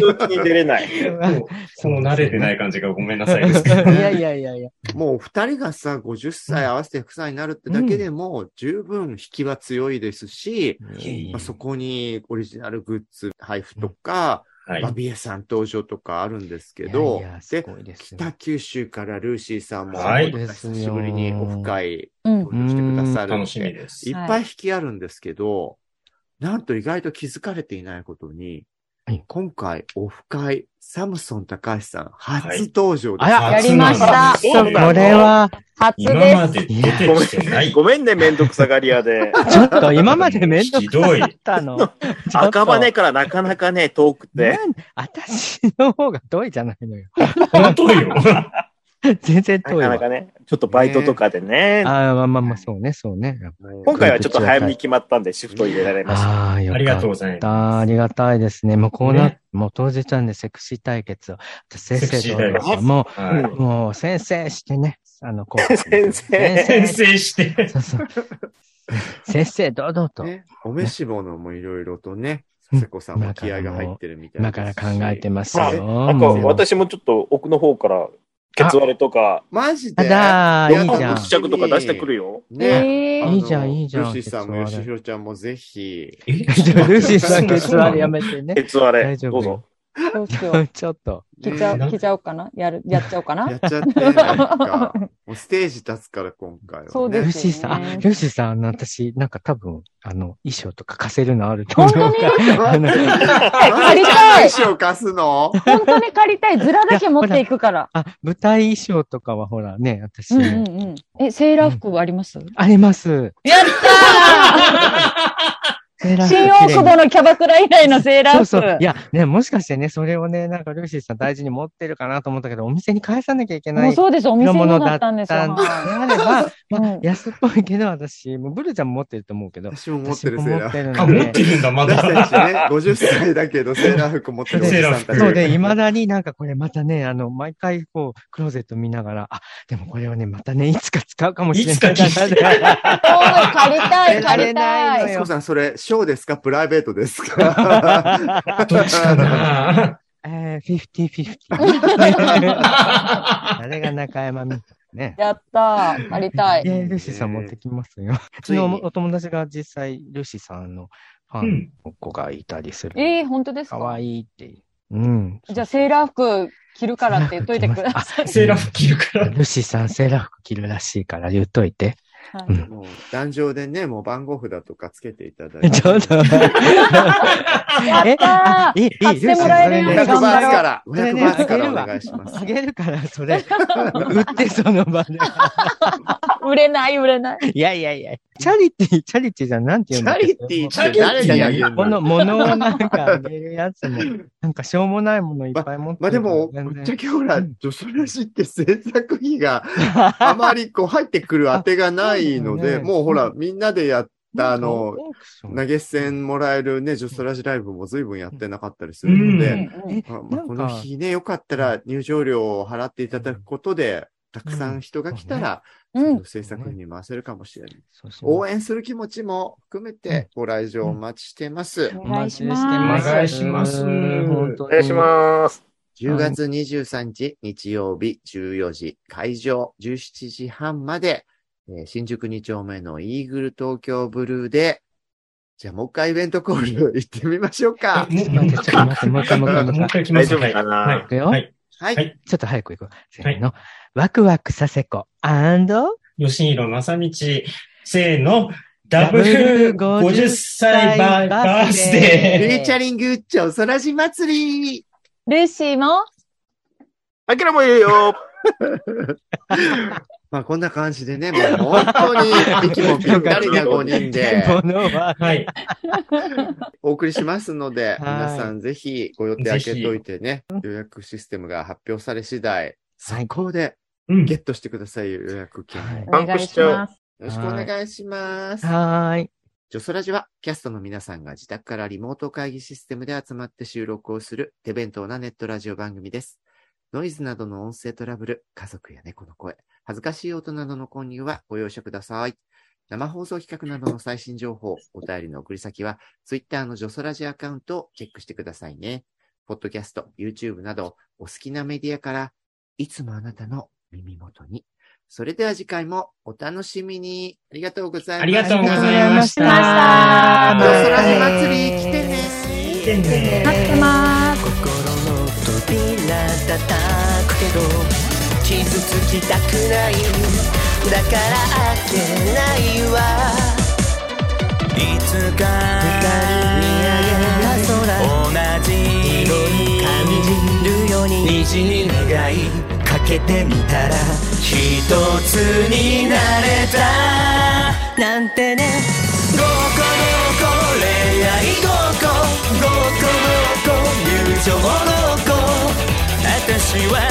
Speaker 4: 空気に出れない。
Speaker 5: もうその慣れてない感じがごめんなさいです
Speaker 2: い
Speaker 5: けど。
Speaker 2: やいやいやいや。
Speaker 3: もう二人がさ、50歳合わせて100歳になるってだけでも、十分引きは強いですし、まあ、そこにオリジナルグッズ配布とか、
Speaker 5: は
Speaker 3: <laughs>
Speaker 5: い
Speaker 3: バ。ビエさん登場とかあるんですけど、
Speaker 2: いやいやす
Speaker 3: で、
Speaker 2: ごいですよ
Speaker 3: 北九州からルーシーさんも、
Speaker 5: はい
Speaker 3: 久しぶりにオフ会
Speaker 6: うん。
Speaker 3: 登場してくださるん
Speaker 5: 楽しみです
Speaker 3: いっ。ぱい引きあるんですけど、なんと意外と気づかれていないことに、
Speaker 2: はい
Speaker 3: 今回オフ会、サムソン高橋さん初登場です。
Speaker 2: はいあら
Speaker 6: やりました
Speaker 5: 初
Speaker 2: そう
Speaker 5: な
Speaker 2: ん
Speaker 5: です
Speaker 2: これは、
Speaker 6: 初
Speaker 5: 今
Speaker 6: で。
Speaker 5: ますで出てきてない。
Speaker 4: ごめんね、めんどくさがり屋で。
Speaker 2: ちょっと今まで面倒
Speaker 5: ひ
Speaker 2: く
Speaker 5: どい
Speaker 2: さか。ったの。ちょっと
Speaker 4: 赤羽からなかなかね、遠くて。
Speaker 2: なん私の方が遠いじゃないのよ。
Speaker 5: 本当よ。
Speaker 2: 全然
Speaker 7: な
Speaker 2: 遠い
Speaker 7: か
Speaker 2: わ。
Speaker 7: なかね、ちょっとバイトとかでね、
Speaker 2: ああ、まあまあまあ、そうね、そうね。
Speaker 7: 今回はちょっと早めに決まったんで、シフト入れられました。
Speaker 2: ああ、よ
Speaker 5: あり
Speaker 2: か
Speaker 5: が
Speaker 2: っ
Speaker 5: とうございます。
Speaker 2: た。ありがたいですね。もうこうな、
Speaker 5: ね
Speaker 2: もう当日はね、セクシー対決を。先
Speaker 5: セク
Speaker 2: 生
Speaker 5: シー
Speaker 2: と
Speaker 5: 対
Speaker 2: 私
Speaker 5: 決
Speaker 2: はも
Speaker 5: は
Speaker 2: う、もう先生してね、あの、こう。
Speaker 7: 先生
Speaker 5: い先生して。
Speaker 2: そうそう。先生、堂々と。
Speaker 3: ね、お召し物もいろいろとね、佐世子さんも気合が入ってるみたい
Speaker 2: 今
Speaker 3: な。
Speaker 2: から考えてます
Speaker 4: は
Speaker 2: よ。
Speaker 4: い
Speaker 7: なんか
Speaker 2: もう
Speaker 7: 私もちょっと奥の方から、ケツ割れとか、
Speaker 3: マジ
Speaker 2: あ
Speaker 3: で
Speaker 2: だー、いいじゃん
Speaker 4: 試。着とか出してくるよ。
Speaker 3: ね。
Speaker 6: え
Speaker 3: あ
Speaker 6: ー
Speaker 3: の
Speaker 2: いいじゃんいいじゃん
Speaker 3: ルシーさんも、吉弘ちゃんもぜひ。
Speaker 2: じゃあルーシーさん、
Speaker 5: そうな
Speaker 2: 決断
Speaker 5: の
Speaker 2: やめ
Speaker 4: <laughs>
Speaker 2: てね。
Speaker 7: ケツ割れ。
Speaker 2: 大丈
Speaker 7: ど
Speaker 2: 夫
Speaker 7: うぞ。
Speaker 6: どうしよう。
Speaker 2: ちょっと。
Speaker 6: 着ちゃう、
Speaker 5: ね
Speaker 6: 着ちゃおうかなやる、やっちゃおうか
Speaker 3: や
Speaker 6: な
Speaker 3: っちゃって、なんか、もうステージ立つから今回は、ね。
Speaker 6: そう
Speaker 2: ル
Speaker 6: です
Speaker 2: ー
Speaker 3: <laughs>
Speaker 6: ね
Speaker 2: シーさん、あルーシーさん、あの私、なんか多分、あの、衣装とか貸せるのあると思うから。
Speaker 3: 本
Speaker 2: あの
Speaker 6: 借りたい
Speaker 3: <laughs> マジで衣装貸すの
Speaker 6: 本当に借りたい。ズラだけ持っていくから。
Speaker 2: あ、舞台衣装とかはほらね、私、
Speaker 6: うんうんうん。え、セーラー服はあります
Speaker 2: あります。
Speaker 6: やった
Speaker 2: 新
Speaker 6: ー新大久保のキャバクラ以来のセーラー
Speaker 2: そう
Speaker 6: 服。
Speaker 2: そう。いや、ね、もしかしてね、それをね、なんかルーシーさん大事に持ってるかなと思ったけど、お店に返さなきゃいけな
Speaker 6: もう
Speaker 2: い
Speaker 6: そうです。お店
Speaker 2: のも
Speaker 6: の
Speaker 2: の
Speaker 6: だ
Speaker 2: だっ
Speaker 6: っ
Speaker 2: たた
Speaker 6: ん
Speaker 2: ん
Speaker 6: で
Speaker 2: です
Speaker 6: よ。
Speaker 2: あれば、まあ
Speaker 6: うん、
Speaker 2: 安っぽいけど、私、もうブルちゃんも持ってると思うけど、
Speaker 3: 私も持っ
Speaker 2: 私
Speaker 3: てる
Speaker 2: も
Speaker 3: セ
Speaker 2: 持っ
Speaker 3: ーラー
Speaker 2: て
Speaker 3: 服。
Speaker 2: る
Speaker 5: <laughs> あ、
Speaker 2: の
Speaker 5: 持っ
Speaker 2: で
Speaker 5: て、るんだ、ま
Speaker 3: 私た
Speaker 5: だ。
Speaker 3: ち <laughs> ね、50歳だけど、セーラー服持ってるおじさんたち。
Speaker 2: そうで、
Speaker 5: セーラー服
Speaker 2: 未だになんかこれまたね、あの、毎回こう、クローゼット見ながら、あ、でもこれをね、またね、いつか使うかもしれない。
Speaker 5: いつか着て
Speaker 6: そう借りたい、借り
Speaker 2: 借
Speaker 6: た
Speaker 2: り
Speaker 6: い。
Speaker 2: ない
Speaker 3: スコさん、それ、ショーですかプライベートですか
Speaker 5: <laughs> どっちかな
Speaker 2: えー、50-50。あれが中山みたいね。
Speaker 6: <laughs> やったー。借りたい。
Speaker 2: で、ルシーさん持ってきますよ。う
Speaker 3: つ
Speaker 2: ち
Speaker 3: いに
Speaker 2: のお友達が実際、ルシーさんのファ
Speaker 5: う
Speaker 2: ン
Speaker 5: ん。
Speaker 2: の子がいたりする。
Speaker 6: えー、本当です
Speaker 2: か
Speaker 6: か
Speaker 2: わいいって。うん。
Speaker 6: じゃあセーラー服着るからって言っといて <laughs> ください。
Speaker 2: <laughs> さ
Speaker 5: セーラー服着るから。
Speaker 2: ルシーさんセーラー服着るらしいから言っとい
Speaker 3: <laughs>
Speaker 2: て。
Speaker 6: はい
Speaker 3: もう、壇上でね、もう番号札とかつけていただいて。
Speaker 2: ちょっと。
Speaker 6: やった
Speaker 2: え、
Speaker 6: ー
Speaker 2: いい、い
Speaker 6: 買っ
Speaker 2: い、
Speaker 6: てもらえるように
Speaker 3: 500
Speaker 6: 頑
Speaker 3: バーツ
Speaker 6: 張
Speaker 3: か
Speaker 6: ろ
Speaker 3: ら、
Speaker 2: それ
Speaker 3: 500
Speaker 2: ね
Speaker 3: バーツからお願いしま
Speaker 2: あ
Speaker 3: す。
Speaker 2: げるから、それ。売って、その場で。
Speaker 6: う。 <laughs> 売れない、売れない。
Speaker 2: いやいやいや。チャリティー、チャリティーじゃん、なんて
Speaker 3: チ
Speaker 2: 言うんだっ
Speaker 3: ャ
Speaker 2: け
Speaker 3: リティーって誰にあげる
Speaker 2: もの、
Speaker 3: の
Speaker 2: ものをなんかあげるやつも、なんかしょうもないものいっぱい持ってる
Speaker 3: まあでも、
Speaker 2: 全然
Speaker 3: ぶっちゃけほら、女子らしいって制作費があまりこう入ってくる当てがないの
Speaker 2: あそ
Speaker 3: で、
Speaker 2: うだよね
Speaker 3: もうほら、みんなでやった
Speaker 2: <laughs>
Speaker 3: あの、
Speaker 2: オークション
Speaker 3: 投げ銭もらえるね、女子ラジライブも随分やってなかったりするの
Speaker 5: う
Speaker 3: で、
Speaker 5: ん
Speaker 6: うんうん
Speaker 3: あまあ
Speaker 2: なんか
Speaker 3: この日ね、よかったら入場料を払っていただくことで、たくさん人が来たら、
Speaker 6: うん
Speaker 3: そ
Speaker 6: うん
Speaker 3: の制作費に回せるかもしれない。
Speaker 2: そうそう
Speaker 3: 応援する気持ちも含めてご来場お待ちしてます。
Speaker 6: お願いし
Speaker 2: お
Speaker 6: ま
Speaker 2: 待
Speaker 6: す。
Speaker 5: 願い
Speaker 2: ち
Speaker 5: し
Speaker 2: して
Speaker 5: ます
Speaker 2: 本当
Speaker 7: お
Speaker 2: に
Speaker 7: 願いします。
Speaker 3: 10月23日日曜日14時会場17時半まで、えー新宿2丁目のイーグル東京ブルーで、じゃあもう一回イベントコール行ってみましょうか。
Speaker 5: も
Speaker 2: 待ってちょっと待ってもう一回もう一回もう一回
Speaker 5: もう一回来ま
Speaker 7: 大
Speaker 5: す。
Speaker 7: 丈夫かな、
Speaker 5: はい。
Speaker 2: いくよ
Speaker 5: はい。
Speaker 3: はい。
Speaker 5: はい
Speaker 2: ちょっと早く行こう。せーの。ワクワクさせこ、
Speaker 5: 吉弘正道、せーの、ダブル50歳バーバース
Speaker 3: フ
Speaker 5: デ
Speaker 2: え
Speaker 5: ー。
Speaker 2: ー
Speaker 3: ューチャリング、ちょそらじ祭り
Speaker 6: ルーシーも、
Speaker 7: あきらもいるよ。
Speaker 3: まあこんな感じでね、もう本当に息もぴったりな5人
Speaker 2: <laughs>
Speaker 3: で
Speaker 2: ものは、
Speaker 5: はい。
Speaker 3: お送りしますので、皆さんぜひご予定開けといてね、予約システムが発表され次第、
Speaker 2: はい
Speaker 3: 最高で
Speaker 5: うん
Speaker 3: ゲ。ットしてください、予約券を。
Speaker 2: はい
Speaker 6: お願いします。
Speaker 3: よろしくお願いします。
Speaker 2: はーい。
Speaker 3: ジョソラジは、キャストの皆さんが自宅からリモート会議システムで集まって収録をする手弁当なネットラジオ番組です。ノイズなどの音声トラブル、家族や猫の声、恥ずかしい音などの混入はご容赦ください。生放送企画などの最新情報、お便りの送り先は、Twitter のジョソラジアカウントをチェックしてくださいね。ポッドキャスト、YouTube など、お好きなメディアから、いつもあなたの耳元に。それでは次回もお楽しみに。ありがとうございま
Speaker 5: あ
Speaker 3: した。
Speaker 5: りがとうございました
Speaker 2: ありがとうございま
Speaker 3: ド
Speaker 2: した
Speaker 3: ソラジ祭り来てね
Speaker 5: 来てね
Speaker 6: 待ってます。
Speaker 1: 心の扉叩くけど傷つきたくないだから開けないわいつか二人見上げた空同じ色に感じるように虹願いかけてみたら一つになれたなんてね「ごこごこ恋愛ごこごこごこ友情ごこ」「私は